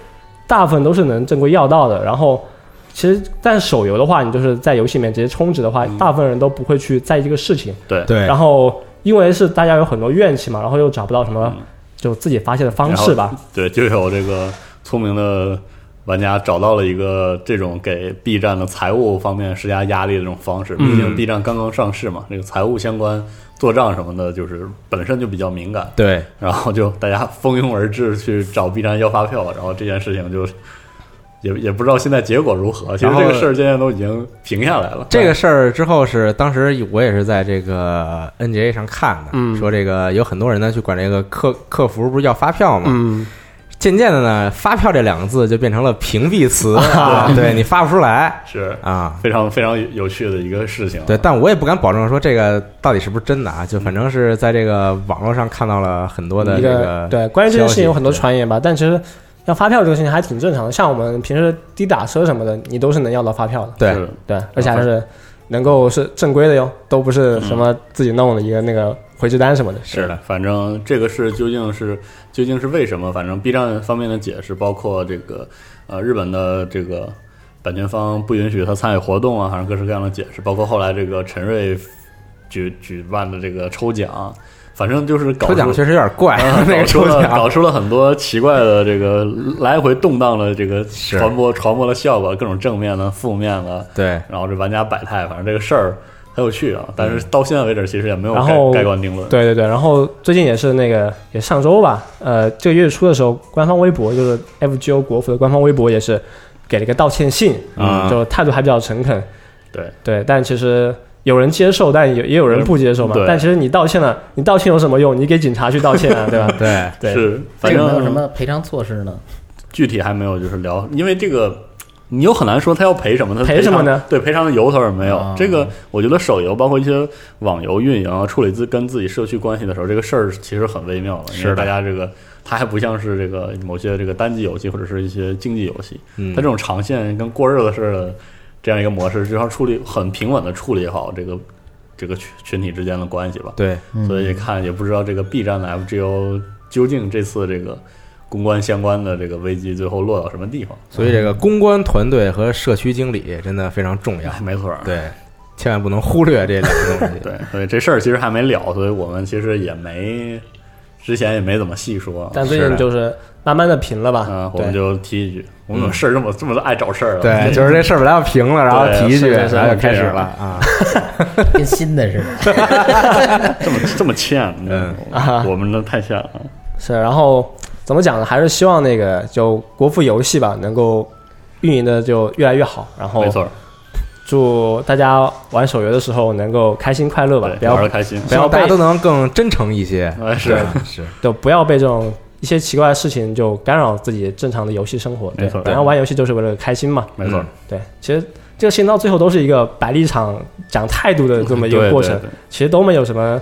Speaker 2: 大部分都是能正规要到的。然后，其实但是手游的话，你就是在游戏里面直接充值的话，
Speaker 3: 嗯
Speaker 2: 大部分人都不会去在意这个事情。
Speaker 3: 对，
Speaker 1: 对，
Speaker 2: 然后，因为是大家有很多怨气嘛，然后又找不到什么
Speaker 3: 嗯
Speaker 2: 就自己发泄的方式吧，
Speaker 3: 对，就有这个聪明的玩家找到了一个这种给 B 站的财务方面施加压力的这种方式。毕
Speaker 2: 嗯
Speaker 3: 竟 B 站刚刚上市嘛，这个财务相关做账什么的，就是本身就比较敏感，
Speaker 1: 对，
Speaker 3: 然后就大家蜂拥而至去找 B 站要发票，然后这件事情就也也不知道现在结果如何。其实
Speaker 1: 然后
Speaker 3: 这个事儿现在都已经平下来了。
Speaker 1: 这个事儿之后是当时我也是在这个 NGA 上看的，
Speaker 2: 嗯
Speaker 1: 说这个有很多人呢去管这个客客服不是要发票嘛，
Speaker 2: 嗯，
Speaker 1: 渐渐的呢，发票这两个字就变成了屏蔽 词，啊、对你发不出来
Speaker 3: 是
Speaker 1: 啊。
Speaker 3: 非常非常有趣的一个事情。
Speaker 1: 对，但我也不敢保证说这个到底是不是真的啊，就反正是在这个网络上看到了很多的
Speaker 3: 嗯
Speaker 2: 一
Speaker 1: 这
Speaker 2: 个对关于这件事情有很多
Speaker 1: 消息
Speaker 2: 传言吧，但其实。要发票这个事情还挺正常的，像我们平时滴打车什么的，你都是能要到发票的。
Speaker 1: 对
Speaker 3: 是
Speaker 2: 对，而且还是能够是正规的哟，都不是什么自己弄的一个那个回执单什么的。
Speaker 1: 是的，
Speaker 3: 反正这个事究竟是究竟是为什么？反正 B 站方面的解释，包括这个呃日本的这个版权方不允许他参与活动啊，反正各式各样的解释，包括后来这个陈瑞举举办的这个抽奖，反正就是搞
Speaker 1: 抽奖
Speaker 3: 出
Speaker 1: 确实有点 怪，
Speaker 3: 啊
Speaker 1: 那
Speaker 3: 搞
Speaker 1: 个
Speaker 3: 出
Speaker 1: 抽
Speaker 3: 了
Speaker 1: 奖
Speaker 3: 搞出了很多奇怪的这个来回动荡的这个
Speaker 1: 是
Speaker 3: 传播传播的效果，各种正面的、负面的，
Speaker 1: 对
Speaker 3: 然后这玩家百态，反正这个事儿很有趣啊。但是到现在为止，其实也没有
Speaker 2: 然
Speaker 3: 盖
Speaker 2: 后
Speaker 3: 盖棺定论。
Speaker 2: 对对对，然后最近也是那个，也上周吧，呃，这个月初的时候，官方微博就是 FGO 国服的官方微博也是给了一个道歉信，
Speaker 1: 嗯
Speaker 3: 啊
Speaker 2: 就态度还比较诚恳。
Speaker 3: 对
Speaker 2: 对，但其实有人接受，但也也有人不接受嘛
Speaker 3: 对。
Speaker 2: 但其实你道歉了，你道歉有什么用？你给警察去道歉啊， 对吧？
Speaker 1: 对
Speaker 2: 对
Speaker 3: 是，反
Speaker 4: 这
Speaker 3: 正
Speaker 4: 个没有什么赔偿措施呢？
Speaker 3: 具体还没有就是聊，因为这个你又很难说他要赔什么，他
Speaker 2: 赔
Speaker 3: 赔
Speaker 2: 什么
Speaker 3: 偿
Speaker 2: 呢？
Speaker 3: 对，赔偿的由头也没有。
Speaker 4: 啊
Speaker 3: 这个我觉得手游包括一些网游运营啊，处理自跟自己社区关系的时候，这个事儿其实很微妙的，因为
Speaker 1: 是的
Speaker 3: 大家这个。它还不像是这个某些这个单机游戏或者是一些竞技游戏，
Speaker 1: 嗯
Speaker 3: 它这种长线跟过日子似的这样一个模式，就要处理很平稳的处理好这个这个群群体之间的关系吧。
Speaker 1: 对，
Speaker 2: 嗯
Speaker 3: 所以看也不知道这个 B 站的 FGO 究竟这次这个公关相关的这个危机最后落到什么地方。
Speaker 1: 所以这个公关团队和社区经理真的非常重要
Speaker 3: 哎，，没错儿，
Speaker 1: 对，千万不能忽略这两个东西。
Speaker 3: 对，所以这事儿其实还没了，所以我们其实也没之前也没怎么细说啊。
Speaker 2: 但最
Speaker 1: 是的
Speaker 2: 近就是慢慢的平了吧。
Speaker 3: 嗯、我们
Speaker 2: 对，嗯
Speaker 3: 就提一句，我们怎么事儿这么、这么爱找事儿啊？
Speaker 1: 对，就是这事儿本来要平了，然后提一句，
Speaker 3: 对是是是
Speaker 1: 然后就开始
Speaker 3: 这样嗯
Speaker 1: 了啊。
Speaker 4: 跟新的似的。
Speaker 3: 这么这么欠，
Speaker 1: 嗯
Speaker 2: 啊
Speaker 3: 我们呢太欠了。
Speaker 2: 是，然后怎么讲呢？还是希望那个就国服游戏吧，能够运营的就越来越好。然后
Speaker 3: 没错儿，
Speaker 2: 祝大家玩手游的时候能够开心快乐吧，不
Speaker 3: 对，
Speaker 2: 要
Speaker 3: 玩的开心。
Speaker 2: 不
Speaker 1: 希
Speaker 2: 要
Speaker 1: 望大家
Speaker 2: 被
Speaker 1: 都能更真诚一 些。
Speaker 3: 哎，是
Speaker 1: 是，
Speaker 2: 就不要被这种一些奇怪的事情就干扰自己正常的游戏生活。对
Speaker 3: 没错，
Speaker 2: 本来玩游戏就是为了开心嘛。
Speaker 3: 没错儿
Speaker 1: 嗯，
Speaker 2: 对，其实这个事情到最后都是一个摆立场、讲态度的这么一个
Speaker 3: 对
Speaker 2: 过
Speaker 3: 对
Speaker 2: 程，
Speaker 3: 对
Speaker 2: 其实都没有什么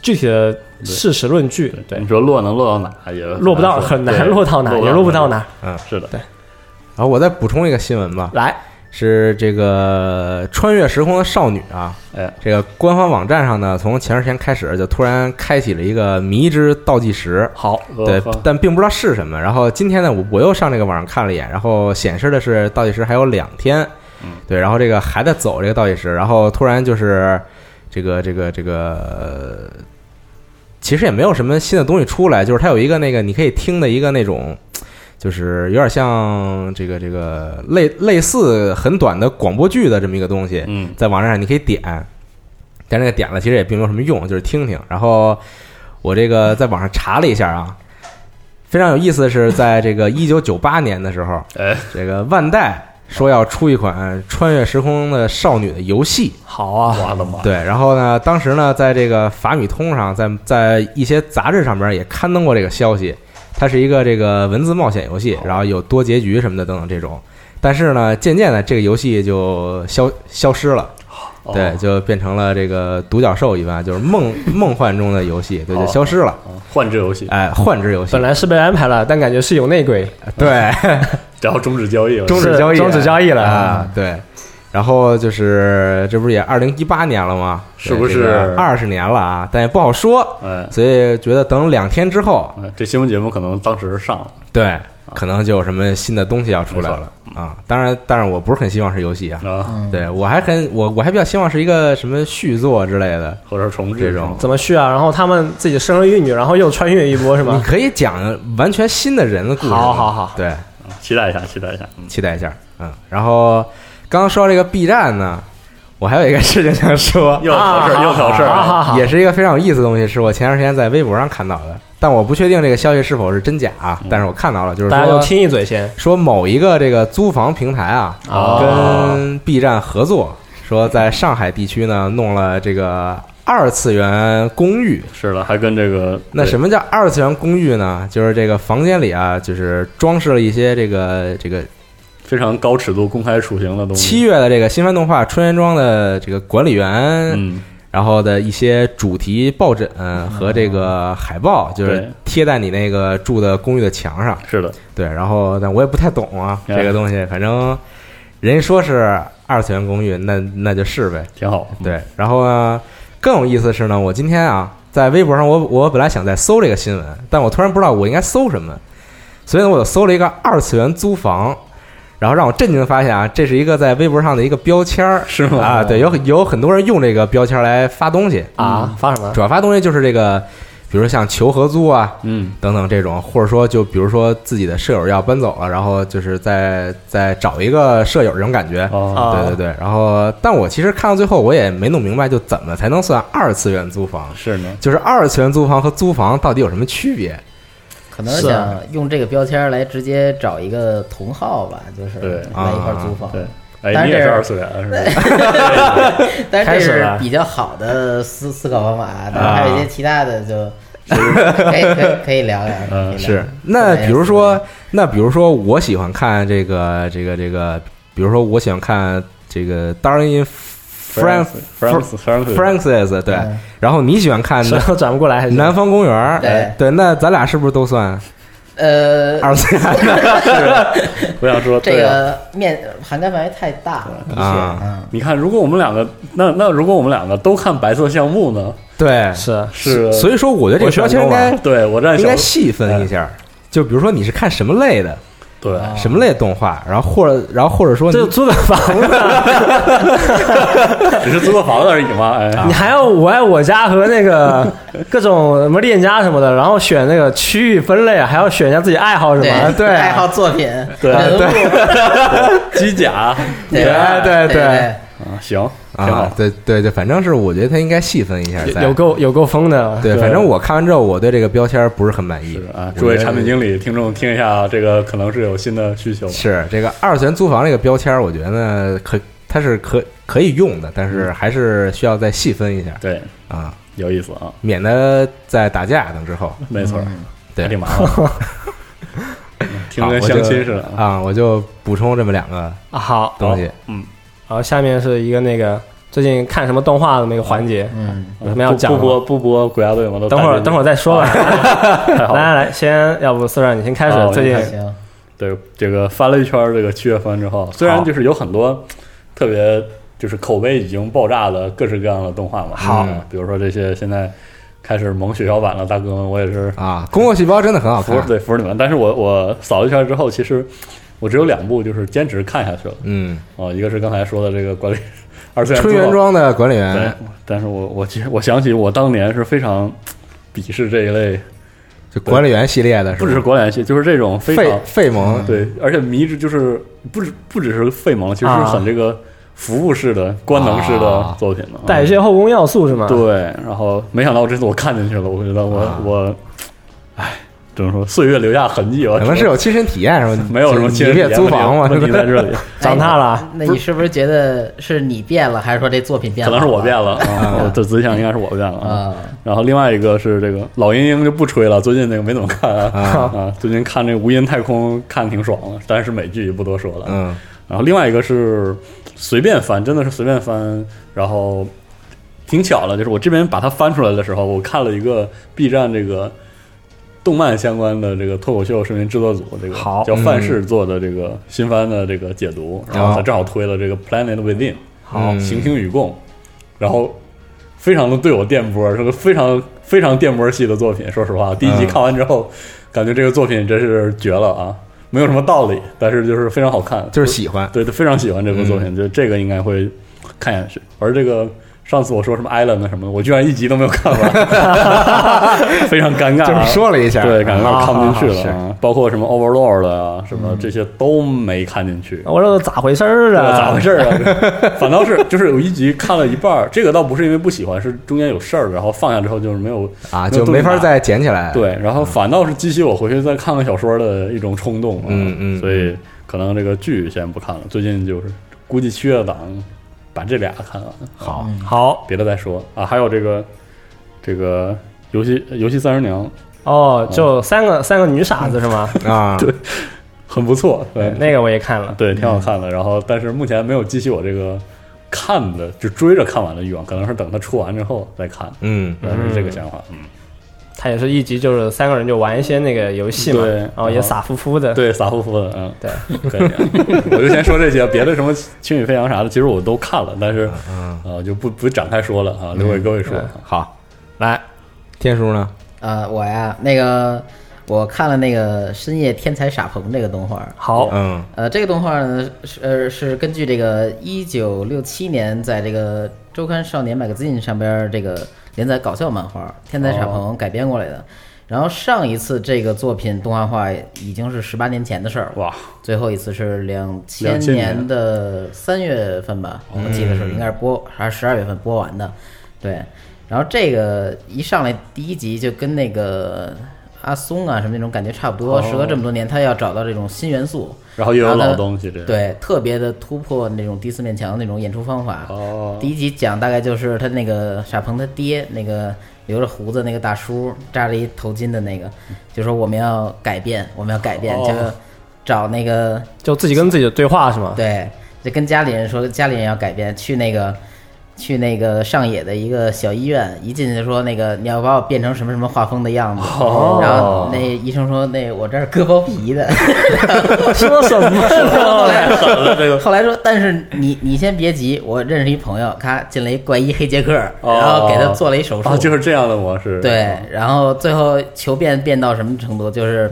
Speaker 2: 具体的事实论据。对
Speaker 3: 你，说落能落到哪也
Speaker 2: 落不到，
Speaker 3: 说
Speaker 2: 很难
Speaker 3: 对
Speaker 2: 落到哪，也落不到哪。
Speaker 3: 是的，
Speaker 1: 然后我再补充一个新闻吧，
Speaker 2: 来，
Speaker 1: 是这个穿越时空的少女啊，
Speaker 3: 哎，
Speaker 1: 这个官方网站上呢，从前段时间开始就突然开启了一个迷之倒计时，
Speaker 2: 好，
Speaker 1: 对
Speaker 3: 呵，
Speaker 1: 但并不知道是什么。然后今天呢，我我又上这个网上看了一眼，然后显示的是倒计时还有两天
Speaker 3: 嗯，
Speaker 1: 对，然后这个还在走这个倒计时，然后突然就是这个这个这个，呃其实也没有什么新的东西出来，就是它有一个那个你可以听的一个那种。就是有点像这个这个类类似很短的广播剧的这么一个东西，
Speaker 3: 嗯，
Speaker 1: 在网站上你可以点，但那个点了其实也并没有什么用，就是听听。然后我这个在网上查了一下啊，非常有意思的是，在这个一九九八年的时候，
Speaker 3: 哎，
Speaker 1: 这个万代说要出一款穿越时空的少女的游戏，
Speaker 2: 好啊，
Speaker 3: 我的妈，
Speaker 1: 对。然后呢，当时呢，在这个法米通上，在在一些杂志上面也刊登过这个消息。它是一个这个文字冒险游戏，然后有多结局什么的等等这种。但是呢，渐渐的这个游戏就消消失了，
Speaker 3: 哦
Speaker 1: 对，，就变成了这个独角兽一般，就是梦 梦幻中的游戏，对，就
Speaker 3: 哦
Speaker 1: 消失了。
Speaker 3: 哦换置游戏，
Speaker 1: 哎，幻之游戏
Speaker 2: 本，来是被安排了，但感觉是有内鬼，
Speaker 1: 对，
Speaker 3: 然后终止交易了，
Speaker 1: 终止交易，
Speaker 2: 终止交易了
Speaker 1: 啊，对。然后就是，这不是也二零一八年了吗？
Speaker 3: 是不是
Speaker 1: 二十年了啊？但也不好说，
Speaker 3: 哎，
Speaker 1: 所以觉得等两天之后，
Speaker 3: 哎这新闻节目可能当时上了，
Speaker 1: 对，可能就有什么新的东西要出来了啊。当然，当然，我不是很希望是游戏啊，
Speaker 3: 啊，
Speaker 4: 嗯，
Speaker 1: 对我还很我我还比较希望是一个什么续作之类的。
Speaker 3: 或者是重置
Speaker 1: 这种
Speaker 2: 怎么续啊？然后他们自己生儿育女，然后又穿越一波是
Speaker 1: 你
Speaker 2: 吗？
Speaker 1: 可以讲完全新的人的故事，
Speaker 2: 好好好，
Speaker 1: 对，
Speaker 3: 期待一下，期待一下，嗯
Speaker 1: 期待一下，嗯。然后刚刚说到这个 B 站呢，我还有一个事情想 说，啊
Speaker 3: 又挑事儿，又挑事
Speaker 2: 好
Speaker 3: 儿，啊
Speaker 2: 好好，
Speaker 1: 也是一个非常有意思的东西，是我前段时间在微博上看到的，但我不确定这个消息是否是真假啊，但是我看到了，就是
Speaker 2: 大家就
Speaker 1: 说嗯
Speaker 2: 听一嘴先。
Speaker 1: 说某一个这个租房平台啊，
Speaker 3: 哦
Speaker 1: 跟 B 站合作，说在上海地区呢弄了这个二次元公寓。
Speaker 3: 是了，还跟这个
Speaker 1: 那什
Speaker 3: 么
Speaker 1: 么叫二次元公寓呢？就是这个房间里啊，就是装饰了一些这个这个
Speaker 3: 非常高尺度公开处刑的东
Speaker 1: 七
Speaker 3: 西，
Speaker 1: 月的这个新番动画《春原庄》的这个管理员，
Speaker 3: 嗯，
Speaker 1: 然后的一些主题抱枕和这个海报，就是
Speaker 3: 对
Speaker 1: 贴在你那个住的公寓的墙上。
Speaker 3: 是的，
Speaker 1: 对，然后但我也不太懂 啊，
Speaker 3: 嗯
Speaker 1: 这个东西，反正人家说是二次元公寓，那那就是呗。
Speaker 3: 挺好，
Speaker 1: 对，然后呢，更有意思的是呢，我今天啊，在微博上我，我本来想再搜这个新闻，但我突然不知道我应该搜什么，所以呢，我就搜了一个二次元租房，然后让我震惊的发现啊，这是一个在微博上的一个标签儿
Speaker 3: 是吗？
Speaker 1: 啊，对，有有很多人用这个标签儿来发东西，
Speaker 2: 啊，发什么？
Speaker 1: 主要发东西就是这个，比如像求合租啊，
Speaker 3: 嗯，
Speaker 1: 等等这种，或者说就比如说自己的舍友要搬走了，然后就是再再找一个舍友这种感觉。
Speaker 3: 哦，
Speaker 2: 啊
Speaker 1: 对对对，然后但我其实看到最后我也没弄明白，就怎么才能算二次元租房？
Speaker 3: 是呢，
Speaker 1: 就是二次元租房和租房到底有什么区别？
Speaker 4: 可能
Speaker 2: 是
Speaker 4: 想用这个标签儿来直接找一个同号吧，就是
Speaker 3: 对
Speaker 4: 来一块儿租房。
Speaker 3: 对，哎，
Speaker 4: 但
Speaker 3: 你也
Speaker 4: 是
Speaker 3: 是二次元是吧？
Speaker 4: 但是
Speaker 2: 开
Speaker 4: 这
Speaker 2: 始
Speaker 4: 是
Speaker 2: 了
Speaker 4: 比较好的思思考方法啊，当
Speaker 1: 啊
Speaker 4: 然还有一些其他的就。 可以可以可以聊聊，可以聊聊
Speaker 3: 嗯
Speaker 1: 是那比如说，那比如说我喜欢看这个这个这个，比如说我喜欢看这个 Darling in Frank
Speaker 3: France France
Speaker 1: Francis，对，
Speaker 4: 嗯
Speaker 1: 然后你喜欢看
Speaker 2: 舌头 转不过来还是？
Speaker 1: 南方公园儿，哎
Speaker 4: 对
Speaker 1: 对，那咱俩是不是都算
Speaker 4: 呃，
Speaker 1: 二次元？
Speaker 3: 我想说
Speaker 4: 这
Speaker 3: 对啊
Speaker 4: 个面涵盖范围太大了，的确，
Speaker 1: 啊
Speaker 4: 嗯，
Speaker 3: 你看，如果我们两个，那那如果我们两个都看白色橡木呢？
Speaker 1: 对，
Speaker 2: 是
Speaker 3: 是，
Speaker 1: 所以说我觉得这个标签应该
Speaker 3: 对我站
Speaker 1: 应
Speaker 3: 小
Speaker 1: 该细分一下，就比如说你是看什么类的，
Speaker 3: 对
Speaker 4: 啊
Speaker 1: 什么类动画，然后或者然后或者说
Speaker 2: 这
Speaker 1: 你
Speaker 2: 租的房
Speaker 1: 嗯
Speaker 2: 子，啊
Speaker 3: 只是租个房子而已嘛，哎，
Speaker 1: 嗯
Speaker 2: 你还要我爱我家和那 个各种什么链家什么的，然后选那个区域分类，还要选一下自己爱好什么。
Speaker 1: 对
Speaker 4: 爱好作品，
Speaker 3: 啊 对啊
Speaker 4: 人物，
Speaker 3: 机甲，
Speaker 4: 对
Speaker 1: 对对
Speaker 4: 对
Speaker 1: 对
Speaker 3: 啊，行，挺
Speaker 1: 啊
Speaker 3: 好，，
Speaker 1: 对对对，反正是我觉得它应该细分一下
Speaker 2: 有
Speaker 1: 再
Speaker 2: 有够有够疯的，
Speaker 1: 对，
Speaker 3: 对
Speaker 1: 反正我看完之后，我对这个标签不是很满意
Speaker 3: 是啊，
Speaker 1: 我
Speaker 3: 诸位
Speaker 1: 觉得
Speaker 3: 产品经理听众听一下，啊这个可能是有新的需求，
Speaker 1: 是这个二次元租房这个标签，我觉得呢可它是可可以用的，但
Speaker 3: 嗯
Speaker 1: 是还是需要再细分一下
Speaker 3: 对，
Speaker 1: 啊，
Speaker 3: 有意思啊，
Speaker 1: 免得在打架等之后。
Speaker 3: 没错，
Speaker 2: 嗯
Speaker 1: 对
Speaker 3: 还挺麻烦的， 听
Speaker 1: 好
Speaker 3: 着
Speaker 1: 我
Speaker 3: 跟
Speaker 1: 就
Speaker 3: 相亲似的，
Speaker 1: 啊，我就补充这么两个
Speaker 2: 啊好，
Speaker 1: 东西。
Speaker 3: 嗯，
Speaker 2: 然后下面是一个那个最近看什么动画的那个环节，
Speaker 4: 嗯，
Speaker 2: 有什么要讲
Speaker 3: 不
Speaker 2: 的
Speaker 3: 不
Speaker 2: 吗？
Speaker 3: 播不播国家队吗？都
Speaker 2: 等会儿
Speaker 3: 打进去
Speaker 2: 等会儿再说吧。
Speaker 3: 太好
Speaker 2: 来
Speaker 3: 了，
Speaker 2: 来来，先要不四然你先开
Speaker 3: 啊
Speaker 2: 始
Speaker 3: 我
Speaker 2: 最近
Speaker 3: 先对开
Speaker 4: 行，
Speaker 3: 对，这个翻了一圈儿这个七月番之后，虽然
Speaker 2: 好
Speaker 3: 就是有很多特别就是口碑已经爆炸的各式各样的动画嘛，
Speaker 1: 好
Speaker 3: 嗯比如说这些现在开始萌血小版了，大哥们，我也是
Speaker 1: 啊，《工作细胞》真的很好
Speaker 3: 服
Speaker 1: 看，
Speaker 3: 对服你们，但是我我扫一圈之后，其实我只有两部就是坚持看下去了
Speaker 1: 嗯，
Speaker 3: 哦，一个是刚才说的这个管理二次元
Speaker 1: 春原嗯
Speaker 3: 之后，
Speaker 1: 庄的管理
Speaker 3: 对
Speaker 1: 员，，
Speaker 3: 但是我我其实我想起我当年是非常鄙视这一类，
Speaker 1: 就管理员系列的是
Speaker 3: 不
Speaker 1: 吧，
Speaker 3: 只是管理系，就是这种非常
Speaker 1: 费费蒙，
Speaker 3: 对，而且迷之就是不只不只是费蒙，其实是
Speaker 2: 啊
Speaker 3: 很这个服务式的、官能式的
Speaker 1: 啊
Speaker 3: 作品嘛。
Speaker 2: 带一些后宫要素是吗？
Speaker 1: 啊
Speaker 3: 对，然后没想到这次我看进去了，我觉得我、我，唉，怎么说岁月留下痕迹吧？
Speaker 1: 可能是有亲身体验是 吧？
Speaker 3: 没有什么
Speaker 1: 你
Speaker 3: 亲身
Speaker 1: 也
Speaker 3: 体验
Speaker 1: 租房嘛，
Speaker 3: 问题问题 在这里，
Speaker 2: 长大了，
Speaker 4: 那你是不是觉得是你变了，还是说这作品变
Speaker 3: 可
Speaker 4: 了？
Speaker 3: 能是我变了啊，我这自己想应该是我变了啊。
Speaker 4: 啊，
Speaker 3: 然后另外一个是这个老鹰鹰就不吹了，最近那个没怎么看啊
Speaker 1: 啊，
Speaker 3: 啊，最近看这个《无垠太空》看挺爽的，但是美剧就不多说了。
Speaker 1: 嗯
Speaker 3: 然后另外一个是随便翻，真的是随便翻，然后挺巧的，就是我这边把它翻出来的时候，我看了一个 B 站这个动漫相关的这个脱口秀视频制作组，这个
Speaker 2: 好
Speaker 1: 嗯
Speaker 3: 叫范式做的这个新番的这个解读，然后他正好推了这个《Planet Within》
Speaker 1: 好
Speaker 3: 行星与共，然后非常的对我电波，是个非常非常电波系的作品。说实话，第一集
Speaker 1: 嗯
Speaker 3: 看完之后，感觉这个作品真是绝了啊！没有什么道理，但是就是非常好看，
Speaker 1: 就是喜欢，
Speaker 3: 对，非常喜欢这部
Speaker 1: 嗯
Speaker 3: 作品，就这个应该会看下去。而这个上次我说什么 Island 什么的，我居然一集都没有看完， 非常尴尬、
Speaker 1: 就是
Speaker 3: 啊。
Speaker 1: 说了一下，
Speaker 3: 对，感觉
Speaker 2: 啊
Speaker 3: 有点看不进去
Speaker 1: 好
Speaker 3: 了啊、包括什么 Overlord 啊，什
Speaker 1: 嗯
Speaker 3: 么这些都没看进去。
Speaker 1: 哦
Speaker 2: 我说咋回事儿
Speaker 3: 这
Speaker 2: 啊？
Speaker 3: 咋回事儿 啊？反倒是就是有一集看了一半儿，这个倒不是因为不喜欢，是中间有事儿，然后放下之后就是没有
Speaker 1: 啊，
Speaker 3: 那
Speaker 1: 就
Speaker 3: 动
Speaker 1: 没法
Speaker 3: 漫
Speaker 1: 再捡起来。，
Speaker 3: 对，然后反倒是激起我回去再看看小说的一种冲动、啊。
Speaker 1: 嗯嗯
Speaker 3: 所以可能这个剧先不看了，最近就是估计七月档把这俩看完，
Speaker 2: 好，好
Speaker 3: 别的再说啊。还有这个这个游戏游戏三十娘
Speaker 2: 哦，
Speaker 3: 嗯
Speaker 2: 就三个三个女傻子是吗？
Speaker 1: 啊，
Speaker 3: 对很不错，
Speaker 1: 哎
Speaker 3: 对
Speaker 2: 那个我也看了，
Speaker 3: 对，挺
Speaker 1: 嗯
Speaker 3: 好看的。然后但是目前没有激起我这个看的就追着看完的欲望，可能是等它出完之后再看。
Speaker 1: 嗯，
Speaker 3: 但是这个想法，嗯，
Speaker 2: 它也是一集就是三个人就玩一些那个游戏嘛，
Speaker 3: 对
Speaker 2: 然后也
Speaker 3: 然后
Speaker 2: 傻乎乎 的，
Speaker 3: 对，傻乎乎的，嗯，
Speaker 2: 对，
Speaker 3: 可以、啊， 我就先说这些，别的什么《轻语飞扬》啥的，其实我都看了，但是
Speaker 1: 嗯
Speaker 3: 呃，就不不展开说了啊，留给各位说。
Speaker 1: 好，
Speaker 2: 来，
Speaker 1: 天叔呢？
Speaker 4: 啊，我呀，那个我看了那个《深夜天才傻鹏》这个动画儿，
Speaker 2: 好，
Speaker 1: 嗯
Speaker 4: 呃，这个动画呢是呃是根据这个一九六七年在这个周刊少年 Magazine 上边儿这个连载搞笑漫画儿《天才傻鹏》改编过来的。然后上一次这个作品动画化已经是十八年前的事儿了，
Speaker 3: 哇，
Speaker 4: 最后一次是两千
Speaker 3: 2000年
Speaker 4: 年的三月份吧，我记得是应该是播还是十二月份播完的，对。然后这个一上来第一集就跟那个阿松啊什么那种感觉差不多，时隔这么多年，他要找到这种新元素，
Speaker 3: 然后又有
Speaker 4: 然后呢
Speaker 3: 老东西，这个，
Speaker 4: 对，特别的突破那种第四面墙的那种演出方法。
Speaker 3: 哦，
Speaker 4: 第一集讲大概就是他那个傻鹏他爹那个留着胡子那个大叔扎着一头巾的那个，就说我们要改变，我们要改变，
Speaker 3: 哦
Speaker 4: 就找那个
Speaker 2: 就自己跟自己的对话
Speaker 3: 哦
Speaker 2: 是吗？
Speaker 4: 对，就跟家里人说，家里人要改变，去那个去那个上野的一个小医院，一进去就说那个你要把我变成什么什么画风的样子，
Speaker 3: 哦
Speaker 4: 然后那医生说那我这儿割包皮的，
Speaker 2: 说什么呢？
Speaker 4: 后来说但是你你先别急，我认识一朋友，咔进了一怪医黑杰克，
Speaker 3: 哦
Speaker 4: 然后给他做了一手术，
Speaker 3: 啊，就是这样的模式，
Speaker 4: 对，然后最后求变变到什么程度？就是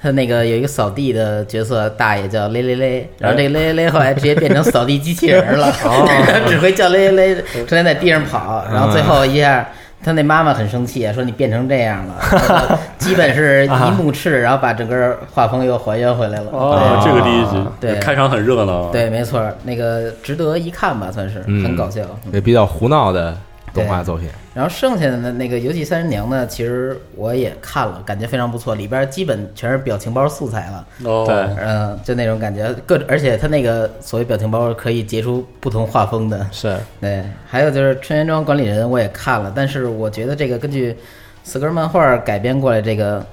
Speaker 4: 他那个有一个扫地的角色大爷叫勒勒勒，然后这个勒勒勒后来直接变成扫地机器人
Speaker 3: 哦
Speaker 4: 了， 只会叫勒勒勒，成天在地上跑，然
Speaker 3: 嗯
Speaker 4: 后最后一下。他那妈妈很生气，啊说你变成这样了，然后基本是一怒斥，然后把整个画风又还原回来了。
Speaker 3: 啊哦，这个第一集，
Speaker 4: 啊对
Speaker 3: 开场很热闹啊，
Speaker 4: 对，对，没错，那个值得一看吧，算是
Speaker 1: 嗯
Speaker 4: 很搞笑。
Speaker 1: 也比较胡闹的动画作品，
Speaker 4: 然后剩下的呢，那个《游戏三十娘》呢，其实我也看了，感觉非常不错，里边基本全是表情包素材了，
Speaker 3: 哦，
Speaker 2: 对
Speaker 4: 嗯、就那种感觉，各而且它那个所谓表情包可以截出不同画风的，
Speaker 2: 是
Speaker 4: 对。还有就是《春园庄管理人》，我也看了，但是我觉得这个根据四根漫画改编过来这个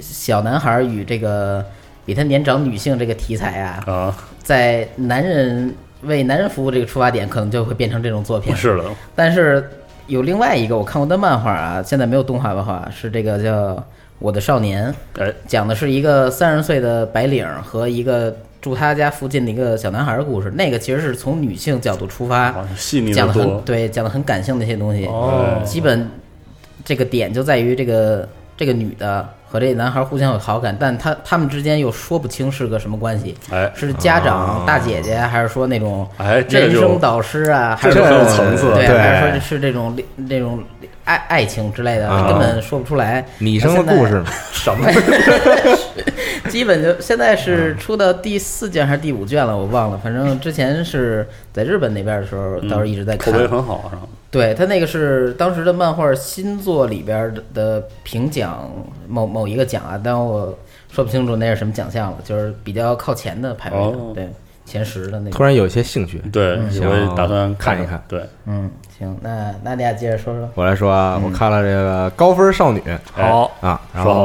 Speaker 4: 小男孩与这个比他年长女性这个题材啊，
Speaker 3: 啊，
Speaker 4: 在男人为男人服务这个出发点，可能就会变成这种作品
Speaker 3: 不。哦是了，
Speaker 4: 但是有另外一个我看过的漫画啊，现在没有动画漫画，是这个叫《我的少年》，
Speaker 3: 哎，
Speaker 4: 讲的是一个三十岁的白领儿和一个住他家附近的一个小男孩儿的故事。那个其实是从女性角度出发，
Speaker 3: 哇细腻
Speaker 4: 讲
Speaker 3: 的
Speaker 4: 的
Speaker 3: 多
Speaker 4: 很，对，讲的很感性的一些东西。
Speaker 2: 哦
Speaker 4: 基本这个点就在于这个这个女的和这男孩儿互相有好感，但他他们之间又说不清是个什么关系。
Speaker 3: 哎
Speaker 4: 是家长、大姐姐，还是说那种
Speaker 3: 哎，这
Speaker 4: 人
Speaker 3: 个就
Speaker 4: 生导师啊，还
Speaker 3: 这
Speaker 4: 是
Speaker 3: 就
Speaker 1: 这
Speaker 3: 很有
Speaker 1: 个
Speaker 3: 层次了，
Speaker 1: 对
Speaker 4: 对，还是说是这种那种爱爱情之类的，
Speaker 1: 啊
Speaker 4: 根本说不出来。
Speaker 1: 拟声的故事嘛，
Speaker 3: 什么
Speaker 4: 基本就现在是
Speaker 3: 嗯
Speaker 4: 出到第四卷还是第五卷了，我忘了。反正之前是在日本那边的时候，倒是一直在
Speaker 3: 嗯口
Speaker 4: 看。
Speaker 3: 碑很好，是吧？啊
Speaker 4: 对他那个是当时的漫画新作里边的的评奖某某一个奖啊，但我说不清楚那是什么奖项了，就是比较靠前的排位的，
Speaker 3: 哦
Speaker 4: 对前十的那
Speaker 1: 突
Speaker 4: 种。
Speaker 1: 然有些兴趣，
Speaker 3: 对，我也打算
Speaker 1: 看一
Speaker 3: 看
Speaker 1: 看。
Speaker 3: 对，
Speaker 4: 嗯，行，那那你俩接着说说。
Speaker 1: 我来说啊，我看了这个《高分少女》
Speaker 3: 哎
Speaker 2: 好，
Speaker 1: 啊，然
Speaker 3: 说好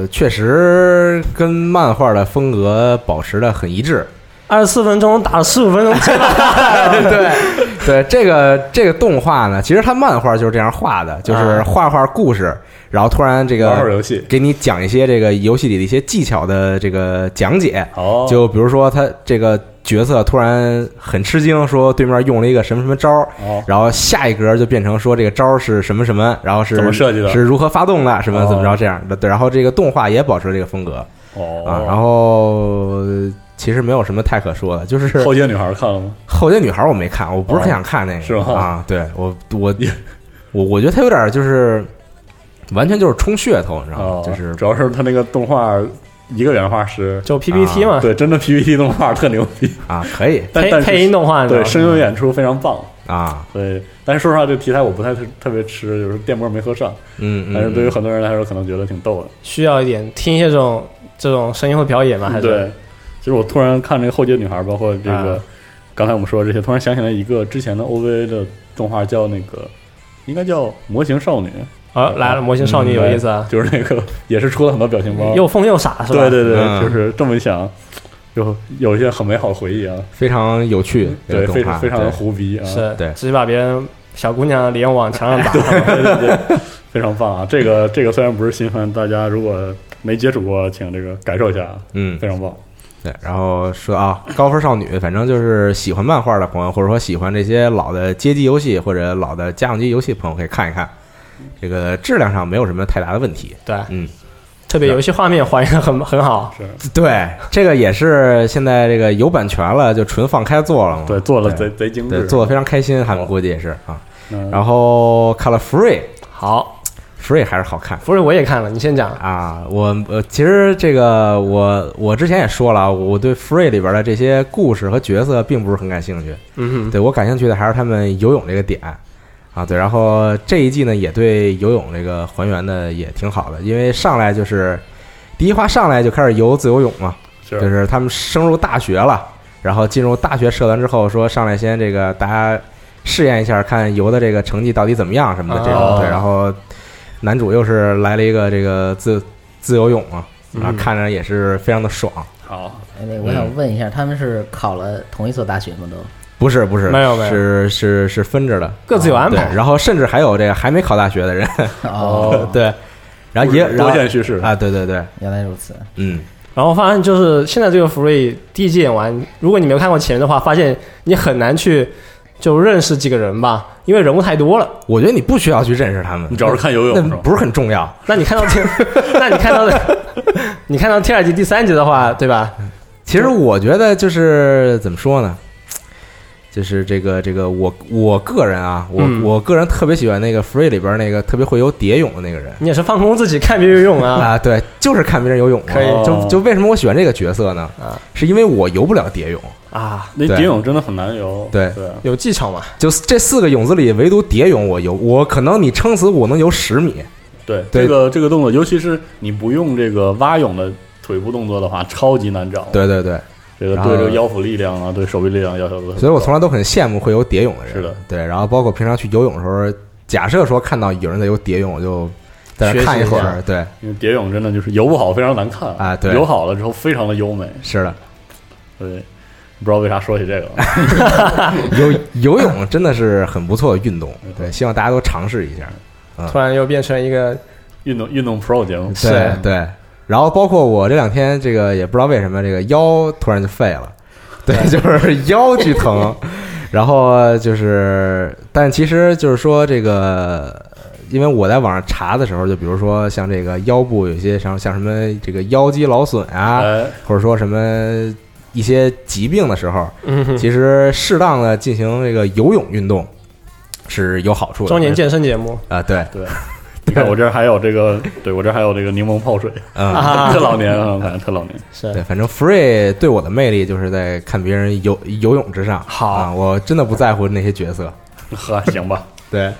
Speaker 1: 后确实跟漫画的风格保持的很一致。
Speaker 2: 二十四分钟打了十五分钟，
Speaker 1: 对 对，这个这个动画呢，其实它漫画就是这样画的，就是画画故事，然后突然这
Speaker 3: 啊玩会儿
Speaker 1: 个
Speaker 3: 游戏。
Speaker 1: 给你讲一些这个游戏里的一些技巧的这个讲解。
Speaker 3: 哦，
Speaker 1: 就比如说他这个角色突然很吃惊，说对面用了一个什么什么招儿，
Speaker 3: 哦，
Speaker 1: 然后下一格就变成说这个招儿是什么什么，然后是
Speaker 3: 怎么设计的
Speaker 1: 是如何发动的，什么
Speaker 3: 哦
Speaker 1: 怎么着这样的。对，然后这个动画也保持了这个风格
Speaker 3: 哦，
Speaker 1: 啊。然后其实没有什么太可说的，就是
Speaker 3: 后街女孩看了吗？
Speaker 1: 后街女孩我没看，我不是很
Speaker 3: 哦
Speaker 1: 想看那个，
Speaker 3: 是吗
Speaker 1: 啊，对我 我我我觉得他有点就是完全就是冲噱头，你知道吗
Speaker 3: 哦？，
Speaker 1: 就是
Speaker 3: 主要是他那个动画一个原画师，
Speaker 2: 就 PPT 嘛，
Speaker 3: 啊对，真的 PPT 动画特牛逼，
Speaker 1: 啊，可以
Speaker 3: 但
Speaker 2: 配
Speaker 3: 但
Speaker 2: 配
Speaker 3: 是
Speaker 2: 音动画
Speaker 3: 对
Speaker 2: 呢，
Speaker 3: 声优演出非常棒。
Speaker 1: 啊，
Speaker 3: 所以，但是说实话，这个题材我不太特特别吃，就是电波没合上。
Speaker 1: 嗯嗯，
Speaker 3: 但是对于很多人来说，可能觉得挺逗的。
Speaker 2: 需要一点听一些这种这种声音和表演嘛，还是
Speaker 3: 对，其实我突然看这个后街女孩，包括这个、
Speaker 2: 啊
Speaker 3: 刚才我们说的这些，突然想起来一个之前的 OVA 的动画，叫那个应该叫《模型少女
Speaker 2: 呃来了
Speaker 1: 嗯
Speaker 2: 魔性少女有意思啊》，，
Speaker 3: 就是那个也是出了很多表情包。
Speaker 2: 又疯又傻是吧？
Speaker 3: 对对对，
Speaker 1: 嗯
Speaker 3: 就是这么一想，有有一些很美好的回忆啊，
Speaker 1: 非常有趣，这
Speaker 3: 对，
Speaker 1: 个
Speaker 3: 非
Speaker 1: 动画
Speaker 3: 常非常
Speaker 1: 对
Speaker 3: 胡逼啊，
Speaker 2: 是，
Speaker 1: 对
Speaker 2: 只是把别人小姑娘脸往 墙上打，
Speaker 3: 对对对，非常棒啊！这个这个虽然不是新番，大家如果没接触过，请这个感受一下，啊，
Speaker 1: 嗯
Speaker 3: 非常棒。
Speaker 1: 对。然后说啊，高分少女，反正就是喜欢漫画的朋友，或者说喜欢这些老的街机游戏或者老的家用机游戏的朋友，可以看一看。这个质量上没有什么太大的问题，
Speaker 2: 对，
Speaker 1: 嗯，
Speaker 2: 特别游戏画面还原得很很好，
Speaker 3: 是
Speaker 1: 对，这个也是现在这个有版权了，就纯放开做了嘛，
Speaker 3: 对，做了
Speaker 1: 嗯对
Speaker 3: 贼贼精
Speaker 1: 对，
Speaker 3: 致，
Speaker 1: 做的非常开心，他们估计也是啊。
Speaker 3: 嗯
Speaker 1: 然后看了 Free，Free
Speaker 2: 好，
Speaker 1: 还是好看
Speaker 2: 不是我也看了，你先讲，
Speaker 1: 啊。我呃，其实这个我我之前也说了啊，我对 Free 里边的这些故事和角色并不是很感兴趣。
Speaker 2: 嗯哼，
Speaker 1: 对我感兴趣的还是他们游泳这个点啊。对，然后这一季呢，也对游泳这个还原的也挺好的，因为上来就是第一话上来就开始游自由泳嘛，
Speaker 3: 是
Speaker 1: 就是他们升入大学了，然后进入大学社团之后，说上来先这个大家试验一下，看游的这个成绩到底怎么样什么的这种。
Speaker 2: 哦
Speaker 1: 对，然后男主又是来了一个这个自自由泳啊，
Speaker 2: 嗯
Speaker 1: 啊，看着也是非常的爽。
Speaker 3: 好，
Speaker 4: 哎，那个我想问一下，他们是考了同一所大学吗？都？
Speaker 1: 不是不是，
Speaker 2: 没有没有
Speaker 1: 是是是分着的，
Speaker 2: 各自有安排
Speaker 1: 啊对然后甚至还有这个还没考大学 的人，
Speaker 4: 哦，
Speaker 1: 对，然后也然
Speaker 3: 多
Speaker 1: 后
Speaker 3: 线叙事，
Speaker 1: 啊，对对对，
Speaker 4: 原来如此。
Speaker 1: 嗯，
Speaker 2: 然后发现就是现在这个 free 第一季演完，如果你没有看过前面的话，发现你很难去就认识几个人吧，因为人物太多了。
Speaker 1: 我觉得你不需要去认识他们，
Speaker 3: 你主要是看游泳
Speaker 1: 那
Speaker 3: 是吧
Speaker 1: 不是很重要，
Speaker 2: 那你 看到第，那你看到的， 你看到第二集、第三集的话，对吧？
Speaker 1: 其实我觉得就是怎么说呢，就是这个这个我我个人啊，我、
Speaker 2: 嗯
Speaker 1: 我个人特别喜欢那个 Free 里边那个特别会游蝶泳的那个人。
Speaker 2: 你也是放空自己看别人游泳啊。
Speaker 1: 啊，对，就是看别人游泳嘛，
Speaker 2: 可以哦
Speaker 1: 就就为什么我喜欢这个角色呢？
Speaker 2: 啊
Speaker 1: 是因为我游不了蝶泳，
Speaker 2: 啊，
Speaker 3: 那
Speaker 1: 对
Speaker 3: 蝶泳真的很难游，
Speaker 1: 对
Speaker 3: 对，
Speaker 2: 有技巧嘛？
Speaker 1: 就这四个泳姿里，唯独蝶泳我游，我可能你撑死我能游十米，
Speaker 3: 对，
Speaker 1: 对
Speaker 3: 这个这个动作，尤其是你不用这个蛙泳的腿部动作的话，超级难掌握。，
Speaker 1: 对对对，
Speaker 3: 这个
Speaker 1: 然后
Speaker 3: 对这个腰腹力量啊，对手臂力量要求都很高。
Speaker 1: 所以我从来都很羡慕会游蝶泳的人。
Speaker 3: 是的，
Speaker 1: 对，然后包括平常去游泳的时候，假设说看到有人在游蝶泳，我就在那儿看会
Speaker 2: 学
Speaker 1: 儿。对，
Speaker 3: 因为蝶泳真的就是游不好，非常难看
Speaker 1: 啊对
Speaker 3: 游好了之后非常的优美，
Speaker 1: 是的，
Speaker 3: 对，不知道为啥说起这个 了。
Speaker 1: 游游泳真的是很不错的运动
Speaker 3: 嗯。
Speaker 1: 对，希望大家都尝试一下。
Speaker 2: 突然又变成一个
Speaker 3: 运动运动 Pro 节目，
Speaker 2: 是
Speaker 1: 对对，然后包括我这两天这个也不知道为什么这个腰突然就废了，对，就是腰巨疼，然后就是，但其实就是说这个。因为我在网上查的时候，就比如说像这个腰部有些像像什么这个腰肌劳损啊，
Speaker 3: 哎，
Speaker 1: 或者说什么一些疾病的时候，
Speaker 2: 嗯哼
Speaker 1: 其实适当的进行这个游泳运动是有好处的。
Speaker 2: 中年健身节目
Speaker 1: 啊、对，
Speaker 3: 对。你看我这儿还有这个，对我这儿还有这个柠檬泡水，
Speaker 1: 嗯，
Speaker 2: 啊
Speaker 3: 特，老年啊，反正特老年。
Speaker 1: 对，
Speaker 2: 是
Speaker 1: 反正 Free 对我的魅力就是在看别人游游泳之上。啊
Speaker 2: 好
Speaker 1: 啊，我真的不在乎那些角色。
Speaker 3: 呵，行吧，
Speaker 1: 对，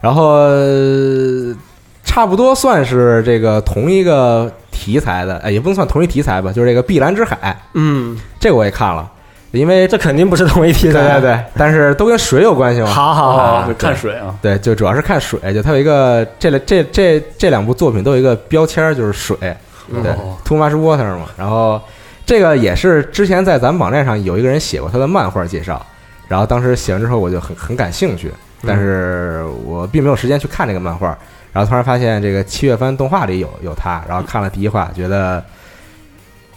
Speaker 1: 然后呃差不多算是这个同一个题材的，哎，也不能算同一题材吧，就是这个《碧蓝之海》，
Speaker 2: 嗯，
Speaker 1: 这个我也看了，因为
Speaker 2: 这肯定不是同一题
Speaker 1: 对对
Speaker 2: 的，
Speaker 1: 对，但是都跟水有关系嘛。
Speaker 2: 好好
Speaker 3: 啊
Speaker 2: 好，，
Speaker 3: 看水啊，
Speaker 1: 对，就主要是看水，就它有一个这类这这这两部作品都有一个标签儿，就是水，对
Speaker 3: 哦
Speaker 1: ，too much water 嘛。然后这个也是之前在咱们网站上有一个人写过他的漫画介绍，然后当时写完之后我就很很感兴趣，
Speaker 3: 嗯
Speaker 1: 但是我并没有时间去看这个漫画。然后突然发现这个七月番动画里有有他，然后看了第一话，觉得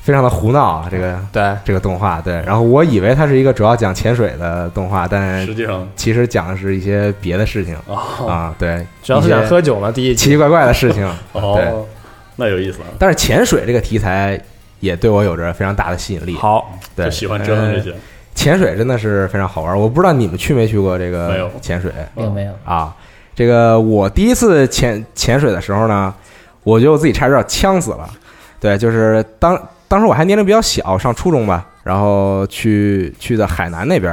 Speaker 1: 非常的胡闹啊，这个
Speaker 2: 对，
Speaker 1: 这个动画。对，然后我以为它是一个主要讲潜水的动画，但
Speaker 3: 实际上
Speaker 1: 其实讲的是一些别的事情。
Speaker 3: 哦
Speaker 1: 啊，对，
Speaker 2: 嗯主要是想
Speaker 1: 一些
Speaker 2: 喝酒嘛，第一
Speaker 1: 奇
Speaker 2: 期，
Speaker 1: 奇怪怪的事情。对，
Speaker 3: 哦，那有意思了，
Speaker 1: 但是潜水这个题材也对我有着非常大的吸引力。
Speaker 2: 好，
Speaker 1: 对，
Speaker 3: 就喜欢折腾这
Speaker 1: 呃
Speaker 3: 些，
Speaker 1: 潜水真的是非常好玩，我不知道你们去没去过这
Speaker 3: 没
Speaker 1: 个
Speaker 3: 有
Speaker 1: 潜水
Speaker 4: 没有没有，
Speaker 1: 啊？这个我第一次潜潜水的时候呢，我觉得我自己差点要呛死了。对，就是当当时我还年龄比较小，上初中吧，然后去去的海南那边，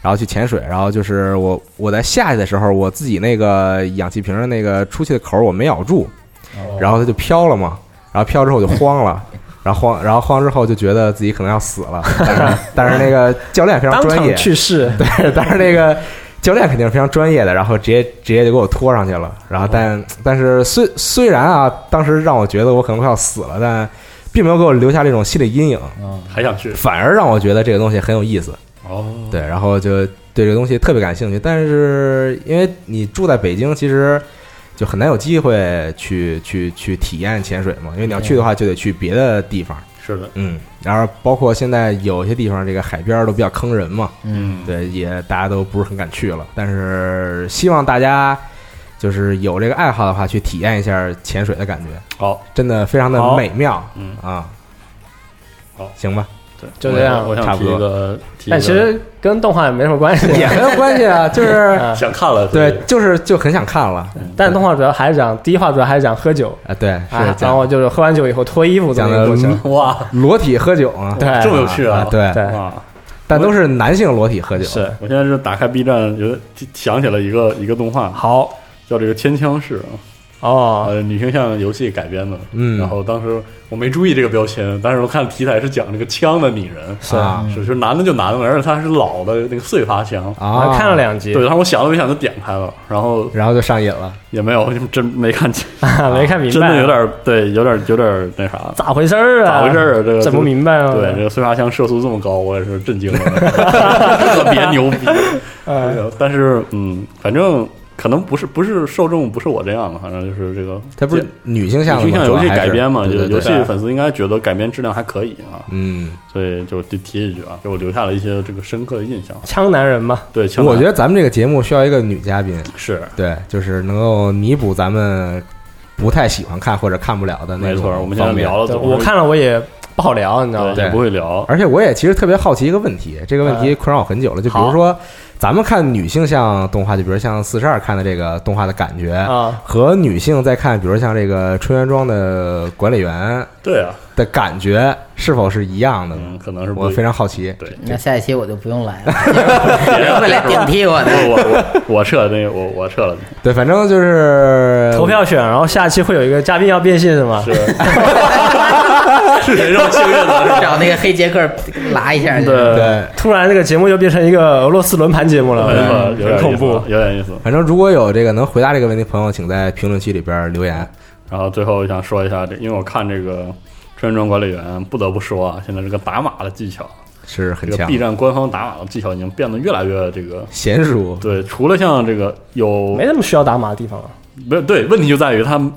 Speaker 1: 然后去潜水，然后就是我我在下去的时候，我自己那个氧气瓶的那个出气的口儿我没咬住，
Speaker 4: 哦
Speaker 1: 然后它就飘了嘛，然后飘之后我就慌了，然后慌，然后慌之后就觉得自己可能要死了，但是但是那个教练非常
Speaker 2: 当
Speaker 1: 专业
Speaker 2: 场，去世，
Speaker 1: 对， 但是那个教练肯定是非常专业的，然后直接直接就给我拖上去了，然后但但是虽虽然啊，当时让我觉得我可能快要死了，但并没有给我留下这种心理阴影，
Speaker 4: 嗯，
Speaker 3: 还想去
Speaker 1: 反而让我觉得这个东西很有意思，
Speaker 3: 哦，
Speaker 1: 对，然后就对这个东西特别感兴趣，但是因为你住在北京，其实就很难有机会去去去体验潜水嘛，因为你要去的话就得去别的地方，
Speaker 3: 是的，
Speaker 1: 嗯，然后包括现在有些地方这个海边儿都比较坑人嘛，
Speaker 3: 嗯，
Speaker 1: 对，也大家都不是很敢去了，但是希望大家就是有这个爱好的话，去体验一下潜水的感觉，
Speaker 3: 好，
Speaker 1: 真的非常的
Speaker 2: 好
Speaker 1: 美妙
Speaker 3: 嗯，
Speaker 1: 啊，
Speaker 3: 好
Speaker 1: 行吧，
Speaker 3: 对，
Speaker 2: 就这样
Speaker 3: 我想
Speaker 1: 差
Speaker 3: 我
Speaker 1: 不
Speaker 3: 想
Speaker 1: 多
Speaker 3: 提一个，提一
Speaker 2: 但
Speaker 3: 个
Speaker 2: 其实跟动画也没什么关系，
Speaker 1: 也很有关系 啊，就是。
Speaker 2: 嗯
Speaker 3: 想看了，
Speaker 1: 对，就是就很想看了，
Speaker 2: 但动画主要还是讲第一话主要还是讲喝酒，
Speaker 1: 啊，对，
Speaker 2: 啊
Speaker 1: 是，
Speaker 2: 然
Speaker 1: 讲
Speaker 2: 后就是喝完酒以后脱衣服这
Speaker 1: 讲
Speaker 2: 么一
Speaker 1: 的
Speaker 2: 个过程，
Speaker 3: 哇，
Speaker 1: 裸体喝酒啊，
Speaker 2: 对
Speaker 3: 这么有趣
Speaker 1: 啊，对，
Speaker 2: 对
Speaker 3: 哇！
Speaker 1: 但都是男性裸体喝酒，
Speaker 2: 是
Speaker 3: 我现在是打开 B 站，有点想起了一个一个动画，
Speaker 2: 好
Speaker 3: 叫这个《天枪式》啊，
Speaker 2: 哦，
Speaker 3: 呃，女性向游戏改编的。
Speaker 1: 嗯
Speaker 3: 然后当时我没注意这个标签，但是我看题材是讲这个枪的拟人，
Speaker 1: 是啊
Speaker 3: 是就是男的就男的，而且他是老的那个碎发枪。
Speaker 1: 啊，
Speaker 2: 看了，两集
Speaker 3: 对，，然后我想都没想就点开了，然后
Speaker 1: 然后就上瘾了，
Speaker 3: 也没有，就真没看清，
Speaker 2: 没看明白，啊
Speaker 3: 真的有点对，有点有点那啥，
Speaker 2: 咋回事儿啊？
Speaker 3: 咋回事？儿啊？这个
Speaker 2: 整不明白啊？
Speaker 3: 对，这个碎发枪射速这么高，我也是震惊了，特别牛逼。
Speaker 2: 哎，
Speaker 3: 但是，嗯，反正可能不是不是受众不是我这样的，反正就是这个，
Speaker 1: 它不是女性向的
Speaker 3: 女性
Speaker 1: 吗
Speaker 3: 向
Speaker 1: 主
Speaker 3: 游
Speaker 1: 要
Speaker 3: 戏
Speaker 1: 还是
Speaker 3: 改编嘛，
Speaker 1: 对
Speaker 3: 就
Speaker 1: 对对
Speaker 3: 游戏粉丝应该觉得改编质量还可以啊，
Speaker 1: 嗯，
Speaker 3: 所以就提提一句啊，给我留下了一些这个深刻的印象。
Speaker 2: 枪男人嘛，
Speaker 3: 对，枪
Speaker 1: 我觉
Speaker 3: 得
Speaker 1: 得咱们这个节目需要一个女嘉宾，
Speaker 3: 是
Speaker 1: 对，就是能够弥补咱们不太喜欢看或者看不了的那
Speaker 3: 没
Speaker 1: 种
Speaker 3: 错。我们现在
Speaker 1: 方面
Speaker 3: 聊了，
Speaker 2: 对
Speaker 3: 哦总
Speaker 2: 我
Speaker 3: 是
Speaker 2: 看了我也不好聊，你知道
Speaker 3: 对
Speaker 2: 吗？
Speaker 3: 也不会 聊，
Speaker 1: 而且我也其实特别好奇一个问题，这个问题
Speaker 2: 哎
Speaker 1: 困扰我很久了。就比如
Speaker 2: 好
Speaker 1: 说，咱们看女性向动画，就比如像四十二看的这个动画的感觉，
Speaker 2: 啊，
Speaker 1: 和女性在看，比如像这个春原庄的管理员
Speaker 3: 对啊，
Speaker 1: 的感觉是否是一样的呢？
Speaker 3: 嗯，可能是不
Speaker 1: 我非常好奇。
Speaker 3: 对。
Speaker 4: 那下一期我就不用来了，有人来顶替我 的。
Speaker 3: 我我我我撤那个我我撤了，
Speaker 1: 对，反正就是
Speaker 2: 投。票选，然后下期会有一个嘉宾要变性是吗？
Speaker 3: 是 是谁这么幸运 的？
Speaker 4: 找那个黑杰克拉一下去，
Speaker 3: 对
Speaker 1: 对，
Speaker 2: 突然这个节目又变成一个俄罗斯轮盘节目
Speaker 3: 没错
Speaker 2: 了，，
Speaker 3: 有点
Speaker 2: 很
Speaker 3: 意
Speaker 2: 恐
Speaker 3: 思
Speaker 2: 怖
Speaker 3: 啊，。有点意思。
Speaker 1: 反正如果有这个能回答这个问题的朋友，请在评论区里边留言。
Speaker 3: 然后最后想说一下，这因为我看这个《春装管理员》，不得不说啊，现在这个打码的技巧，
Speaker 1: 是
Speaker 3: 这
Speaker 1: 很
Speaker 3: 个
Speaker 1: 强
Speaker 3: B，站官方打码的技巧已经变得越来越这个。
Speaker 1: 娴熟。
Speaker 3: 对，除了像这个有
Speaker 2: 没那么需要打码的地方了，啊
Speaker 3: 没有对，问题就在于他们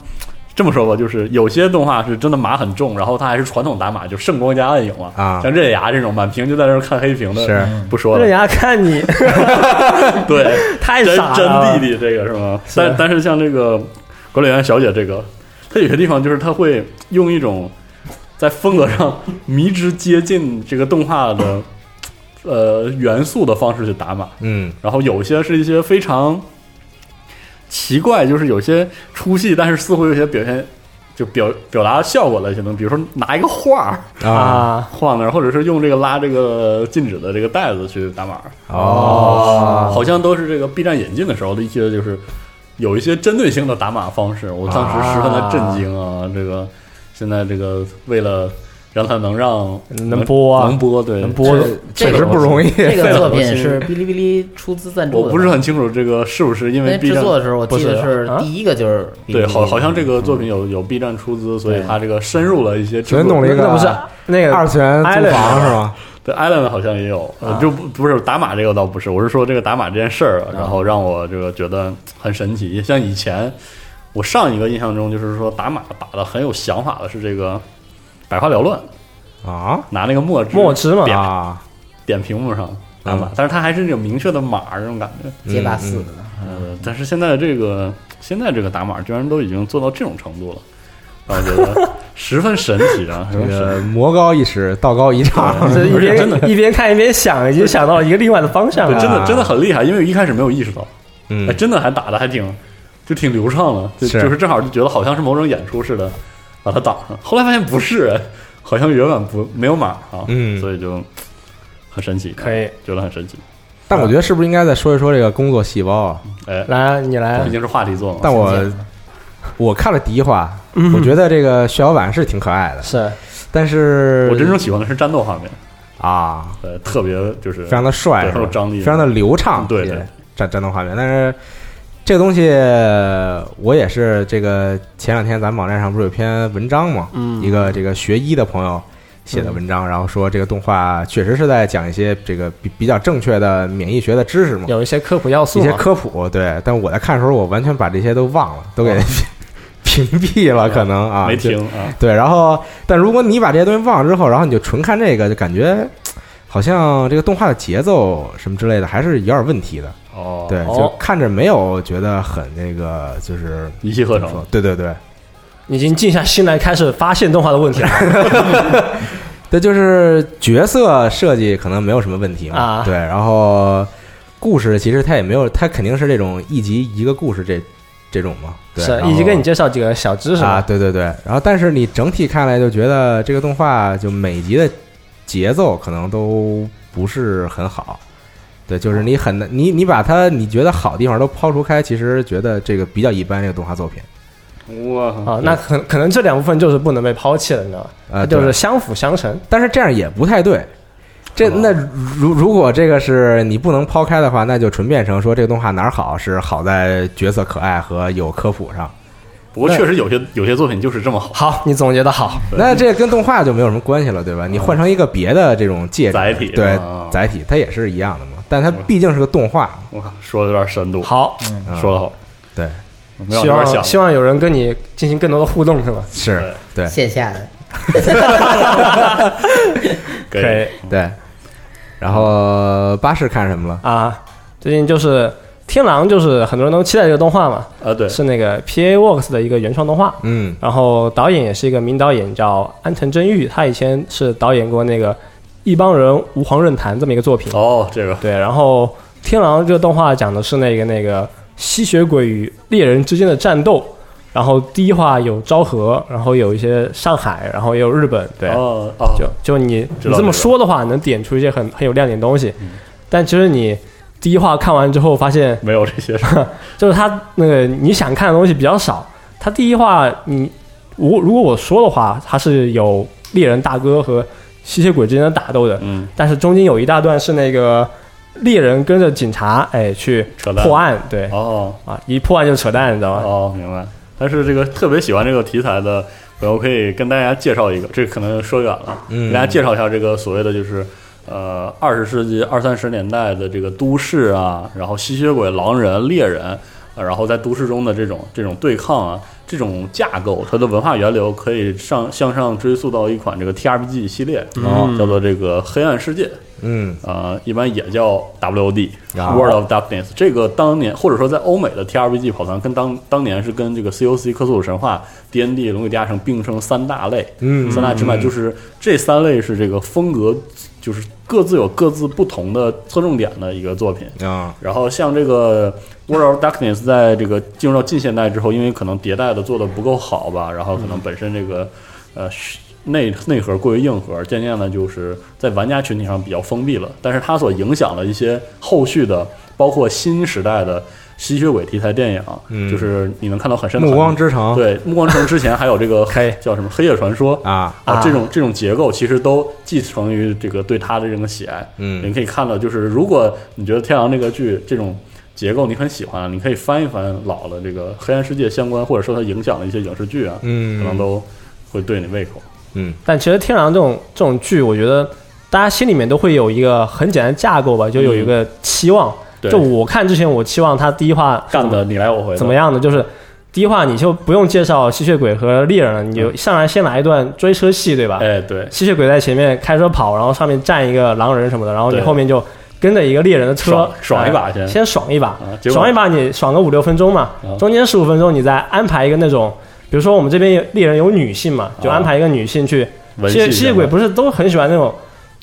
Speaker 3: 这么说吧，就是有些动画是真的码很重，然后它还是传统打码，就圣光加暗影嘛，
Speaker 1: 啊
Speaker 3: 像刃牙这种满屏就在那儿看黑屏的，
Speaker 1: 是
Speaker 3: 不说
Speaker 2: 刃
Speaker 3: 了，
Speaker 2: 牙看 你
Speaker 3: 对，
Speaker 2: 太
Speaker 3: 真
Speaker 2: 傻
Speaker 3: 真
Speaker 2: 了
Speaker 3: 弟，弟这个是吗？
Speaker 2: 是
Speaker 3: 但但是像这个管理员小姐这个，她有些地方就是她会用一种在风格上 迷之接近这个动画的呃元素的方式去打码，
Speaker 1: 嗯，
Speaker 3: 然后有些是一些非常奇怪，就是有些出戏，但是似乎有些表现。就表表达效果类型的，比如说拿一个画 儿
Speaker 1: 啊
Speaker 2: 啊，
Speaker 3: 画那儿，或者是用这个拉这个禁止的这个带子去打码儿，
Speaker 2: 啊
Speaker 1: 哦
Speaker 3: 好像都是这个 B 站引进的时候的一些就是有一些针对性的打码方式，我当时十分的震惊啊！这个现在这个为了让它能让
Speaker 2: 能播啊
Speaker 3: 能播对
Speaker 2: 能播
Speaker 4: 这
Speaker 2: 确实不容易。
Speaker 4: 这个
Speaker 3: 费了
Speaker 4: 作
Speaker 3: 很多
Speaker 4: 品
Speaker 3: 心
Speaker 4: 是哔哩哔哩出资赞助
Speaker 3: 我
Speaker 4: 的，
Speaker 3: 不是很清楚这个是不是因
Speaker 4: 因
Speaker 3: 为
Speaker 4: 为
Speaker 3: B
Speaker 4: 制
Speaker 3: 站
Speaker 4: 作的时候，我记得是
Speaker 2: 不是啊
Speaker 4: 第一个就是嗯哔哩哔哩
Speaker 3: 对好好像这
Speaker 2: 嗯
Speaker 3: 个作品有有 B 站出资，所以
Speaker 4: 对
Speaker 3: 它这个深入了一些制
Speaker 1: 全
Speaker 3: 作。
Speaker 1: 弄了一个
Speaker 2: 那不是那个
Speaker 1: 二次元租房是吗？
Speaker 3: 对 Island 好像也有，呃
Speaker 2: 啊
Speaker 3: 就不不是打码这个倒不是，我是说这个打码这件事儿啊，然后让我这个觉得很神奇。像以前我上一个印象中就是说打码打的很有想法的是这个百花缭乱，
Speaker 1: 啊
Speaker 3: 拿那个墨汁
Speaker 2: 墨汁嘛，嗯
Speaker 3: 点
Speaker 1: 啊，
Speaker 3: 点屏幕上打码，但是它还是那种明确的码儿这种感觉。
Speaker 4: 街霸四
Speaker 1: 嗯，
Speaker 3: 呃，但是现在这个现在这个打码居然都已经做到这种程度了，让我觉得 十分神奇啊！这
Speaker 1: 这
Speaker 3: 个
Speaker 1: 个魔高一尺，道高一丈。
Speaker 2: 这一
Speaker 3: 而且真的
Speaker 2: 边一边看一边想，已经想到了一个另外的方向
Speaker 3: 对，真
Speaker 2: 了。
Speaker 3: 的真的很厉害，因为我一开始没有意识到。
Speaker 1: 啊 嗯
Speaker 3: 哎，，真的还打的还挺，就挺流畅了，就是就是正好就觉得好像是某种演出似的，把它挡上。后来发现不是，哎好像原版不没有码啊，
Speaker 1: 嗯
Speaker 3: 所以就很神奇，
Speaker 2: 可以，
Speaker 3: 觉得很神奇。
Speaker 1: 但我觉得是不是应该再说一说这个工作细胞啊？
Speaker 3: 哎，
Speaker 2: 来，你来
Speaker 3: 毕，竟是话题作嘛，
Speaker 1: 但我
Speaker 4: 神奇
Speaker 1: 我看了第一话，我觉得这个血小板是挺可爱的，
Speaker 2: 嗯是
Speaker 1: 但是
Speaker 3: 我真正喜欢的是战斗画面，
Speaker 1: 啊，
Speaker 3: 呃，特别就是
Speaker 1: 非常的帅，
Speaker 3: 对很有
Speaker 1: 是吧
Speaker 3: 张力
Speaker 1: 非常的流畅，
Speaker 3: 对对
Speaker 1: 也战战斗画面。但是这个东西，我也是这个前两天咱们网站上不是有篇文章嘛，
Speaker 2: 嗯
Speaker 1: 一个这个学医的朋友写
Speaker 3: 嗯
Speaker 1: 的文章，然后说这个动画确实是在讲一些这个比比较正确的免疫学的知识嘛，
Speaker 2: 有一些科普要素啊
Speaker 1: 一
Speaker 2: 嘛，
Speaker 1: 些科普，对。但我在看的时候，我完全把这些都忘了，都给 屏蔽了，可能啊，
Speaker 3: 哦哎没
Speaker 1: 就
Speaker 3: 听啊，
Speaker 1: 对，然后，但如果你把这些东西忘了之后，然后你就纯看这个，就感觉好像这个动画的节奏什么之类的还是有点问题的。
Speaker 3: 哦，
Speaker 1: 对，就看着没有觉得很那个，就是
Speaker 3: 一气呵
Speaker 1: 怎么
Speaker 3: 成
Speaker 1: 说，对对对，
Speaker 2: 已经静下心来开始发现动画的问题了。
Speaker 1: 对，就是角色设计可能没有什么问题嘛。
Speaker 2: 啊
Speaker 1: 对，然后故事其实它也没有，它肯定是这种一集一个故事这这种嘛。对，
Speaker 2: 是
Speaker 1: 然，后
Speaker 2: 已经给你介绍几个小知识
Speaker 1: 啊，
Speaker 2: 了。
Speaker 1: 对对对。然后，但是你整体看来就觉得这个动画就每集的节奏可能都不是很好。对，就是你很难，你你把它你觉得好地方都抛除开，其实觉得这个比较一般，这个动画作品。
Speaker 3: 哇，
Speaker 2: 啊，那可可能这两部分就是不能被抛弃了，你知道吧？
Speaker 1: 呃，
Speaker 2: 它就
Speaker 1: 对
Speaker 2: 是相辅相成。
Speaker 1: 但是这样也不太对。这
Speaker 3: 好吧
Speaker 1: 那如如果这个是你不能抛开的话，那就纯变成说这个动画哪儿好是好在角色可爱和有科普上，
Speaker 3: 不过确实有些有些作品就是这么好，
Speaker 2: 好，你总结的好，
Speaker 3: 对
Speaker 1: 那这跟动画就没有什么关系了，对吧？
Speaker 2: 嗯
Speaker 1: 你换成一个别的这种介质
Speaker 3: 载体
Speaker 1: 对
Speaker 2: 哦
Speaker 3: 啊
Speaker 1: 载体，它也是一样的嘛。但它毕竟是个动画，
Speaker 3: 我靠，说的有点深度，
Speaker 2: 好，
Speaker 1: 嗯
Speaker 3: 说的好，
Speaker 1: 对，
Speaker 2: 嗯
Speaker 3: 我没往
Speaker 2: 希
Speaker 3: 那边
Speaker 2: 望
Speaker 3: 想，
Speaker 2: 希望有人跟你进行更多的互动，是吧？
Speaker 1: 是，对
Speaker 4: 线下
Speaker 3: 嗯
Speaker 4: 的
Speaker 3: 可以
Speaker 2: 可以
Speaker 1: 对。然后巴士看什么了？
Speaker 2: 啊，最近就是《天狼》，就是很多人都期待这个动画嘛，
Speaker 3: 啊，对，
Speaker 2: 是那个 PA Works 的一个原创动画。
Speaker 1: 嗯
Speaker 2: 然后导演也是一个名导演，叫安藤真裕，他以前是导演过那个《一帮人吾皇论坛》这么一个作品。
Speaker 3: 哦，这个
Speaker 2: 对，然后《天狼》这个动画讲的是那个那个吸血鬼与猎人之间的战斗。然后第一话有昭和，然后有一些上海，然后也有日本，对，
Speaker 3: 哦哦，
Speaker 2: 就就你
Speaker 3: 知
Speaker 2: 你这
Speaker 3: 道嗯
Speaker 2: 么
Speaker 3: 这个
Speaker 2: 说的话，能点出一些很很有亮点的东西。但其实你第一话看完之后，发现
Speaker 3: 没有这些事儿。
Speaker 2: 就是他那个你想看的东西比较少。他第一话你如如果我说的话，他是有猎人大哥和吸血鬼之间的打斗的，
Speaker 3: 嗯，
Speaker 2: 但是中间有一大段是那个猎人跟着警察哎去
Speaker 3: 扯淡
Speaker 2: 破案，对
Speaker 3: 哦
Speaker 2: 啊，一破案就扯淡，你知道吗？
Speaker 3: 哦，明白。但是这个特别喜欢这个题材的朋友，可以跟大家介绍一个，这可能说远了，
Speaker 1: 嗯
Speaker 3: 给大家介绍一下这个所谓的就是。呃，二十世纪二三十年代的这个都市啊，然后吸血鬼、狼人、猎人，呃然后在都市中的这种这种对抗啊，这种架构，它的文化源流可以上向上追溯到一款这个 TRPG 系列，
Speaker 2: 嗯
Speaker 3: 叫做这个《黑暗世界》。
Speaker 1: 嗯
Speaker 3: 呃，一般也叫 WOD
Speaker 1: 啊
Speaker 3: World of Darkness。这个当年或者说在欧美的 TRPG 跑团，跟当当年是跟这个 COC 科苏鲁神话、DND 龙与地下城并称三大类。
Speaker 1: 嗯
Speaker 3: 三大支脉就是这三类是这个风格，就是各自有各自不同的侧重点的一个作品。
Speaker 1: 啊，
Speaker 3: 然后像这个《World of Darkness》在这个进入到近现代之后，因为可能迭代的做的不够好吧，然后可能本身这个呃虚内内核过于硬核，渐渐的就是在玩家群体上比较封闭了。但是它所影响的一些后续的，包括新时代的吸血鬼题材电影，
Speaker 1: 嗯
Speaker 3: 就是你能看到很深的
Speaker 1: 暮光
Speaker 3: 痕迹
Speaker 1: 之城
Speaker 3: 对《暮光之城》之前还有 这个
Speaker 1: 黑
Speaker 3: 叫什么《黑夜传说》
Speaker 1: 啊，
Speaker 3: 啊，
Speaker 2: 啊
Speaker 3: 这种这种结构其实都继承于这个对他的这种喜爱。
Speaker 1: 嗯
Speaker 3: 你可以看到，就是如果你觉得《天堂》这个剧这种结构你很喜欢，你可以翻一翻老的这个黑暗世界相关或者受它影响的一些影视剧啊，
Speaker 1: 嗯
Speaker 3: 可能都会对你胃口。
Speaker 1: 嗯
Speaker 2: 但其实《天狼》这种这种剧，我觉得大家心里面都会有一个很简单的架构吧，就有一个期望。
Speaker 3: 嗯对
Speaker 2: 就我看之前，我期望他第一话
Speaker 3: 干的你来我回的，
Speaker 2: 怎么样呢？就是第一话你就不用介绍吸血鬼和猎人了，你就上来先来一段追车戏，对吧？
Speaker 3: 嗯哎，对，
Speaker 2: 吸血鬼在前面开车跑，然后上面站一个狼人什么的，然后你
Speaker 3: 对
Speaker 2: 后面就跟着一个猎人的车
Speaker 3: 爽爽一把
Speaker 2: 哎
Speaker 3: 先
Speaker 2: 先爽一把
Speaker 3: 啊，结果
Speaker 2: 爽一把你爽个五六分钟嘛
Speaker 3: 啊，
Speaker 2: 中间十五分钟你再安排一个那种，比如说我们这边有猎人有女性嘛，就
Speaker 3: 啊
Speaker 2: 安排一个女性去
Speaker 3: 文
Speaker 2: 吸
Speaker 3: 戏
Speaker 2: 吸血鬼不是都很喜欢那种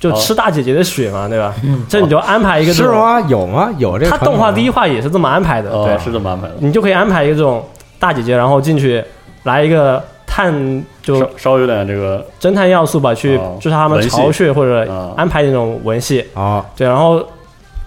Speaker 2: 就
Speaker 3: 啊
Speaker 2: 吃大姐姐的血嘛，对吧？这你就安排一个
Speaker 1: 是
Speaker 2: 这种，
Speaker 1: 吗？有吗？有这个
Speaker 2: 他
Speaker 1: 传统
Speaker 2: 动
Speaker 1: 吗
Speaker 2: 画第一话也是这么安排的，对
Speaker 3: 哦，，是这么安排的，
Speaker 2: 你就可以安排一个这种大姐姐，然后进去来一个探就
Speaker 3: 稍稍微有点这个
Speaker 2: 侦探要素吧，去
Speaker 3: 哦
Speaker 2: 追杀他们
Speaker 3: 文戏
Speaker 2: 巢穴或者
Speaker 3: 啊
Speaker 2: 安排那种文戏，
Speaker 1: 哦，
Speaker 2: 对，然后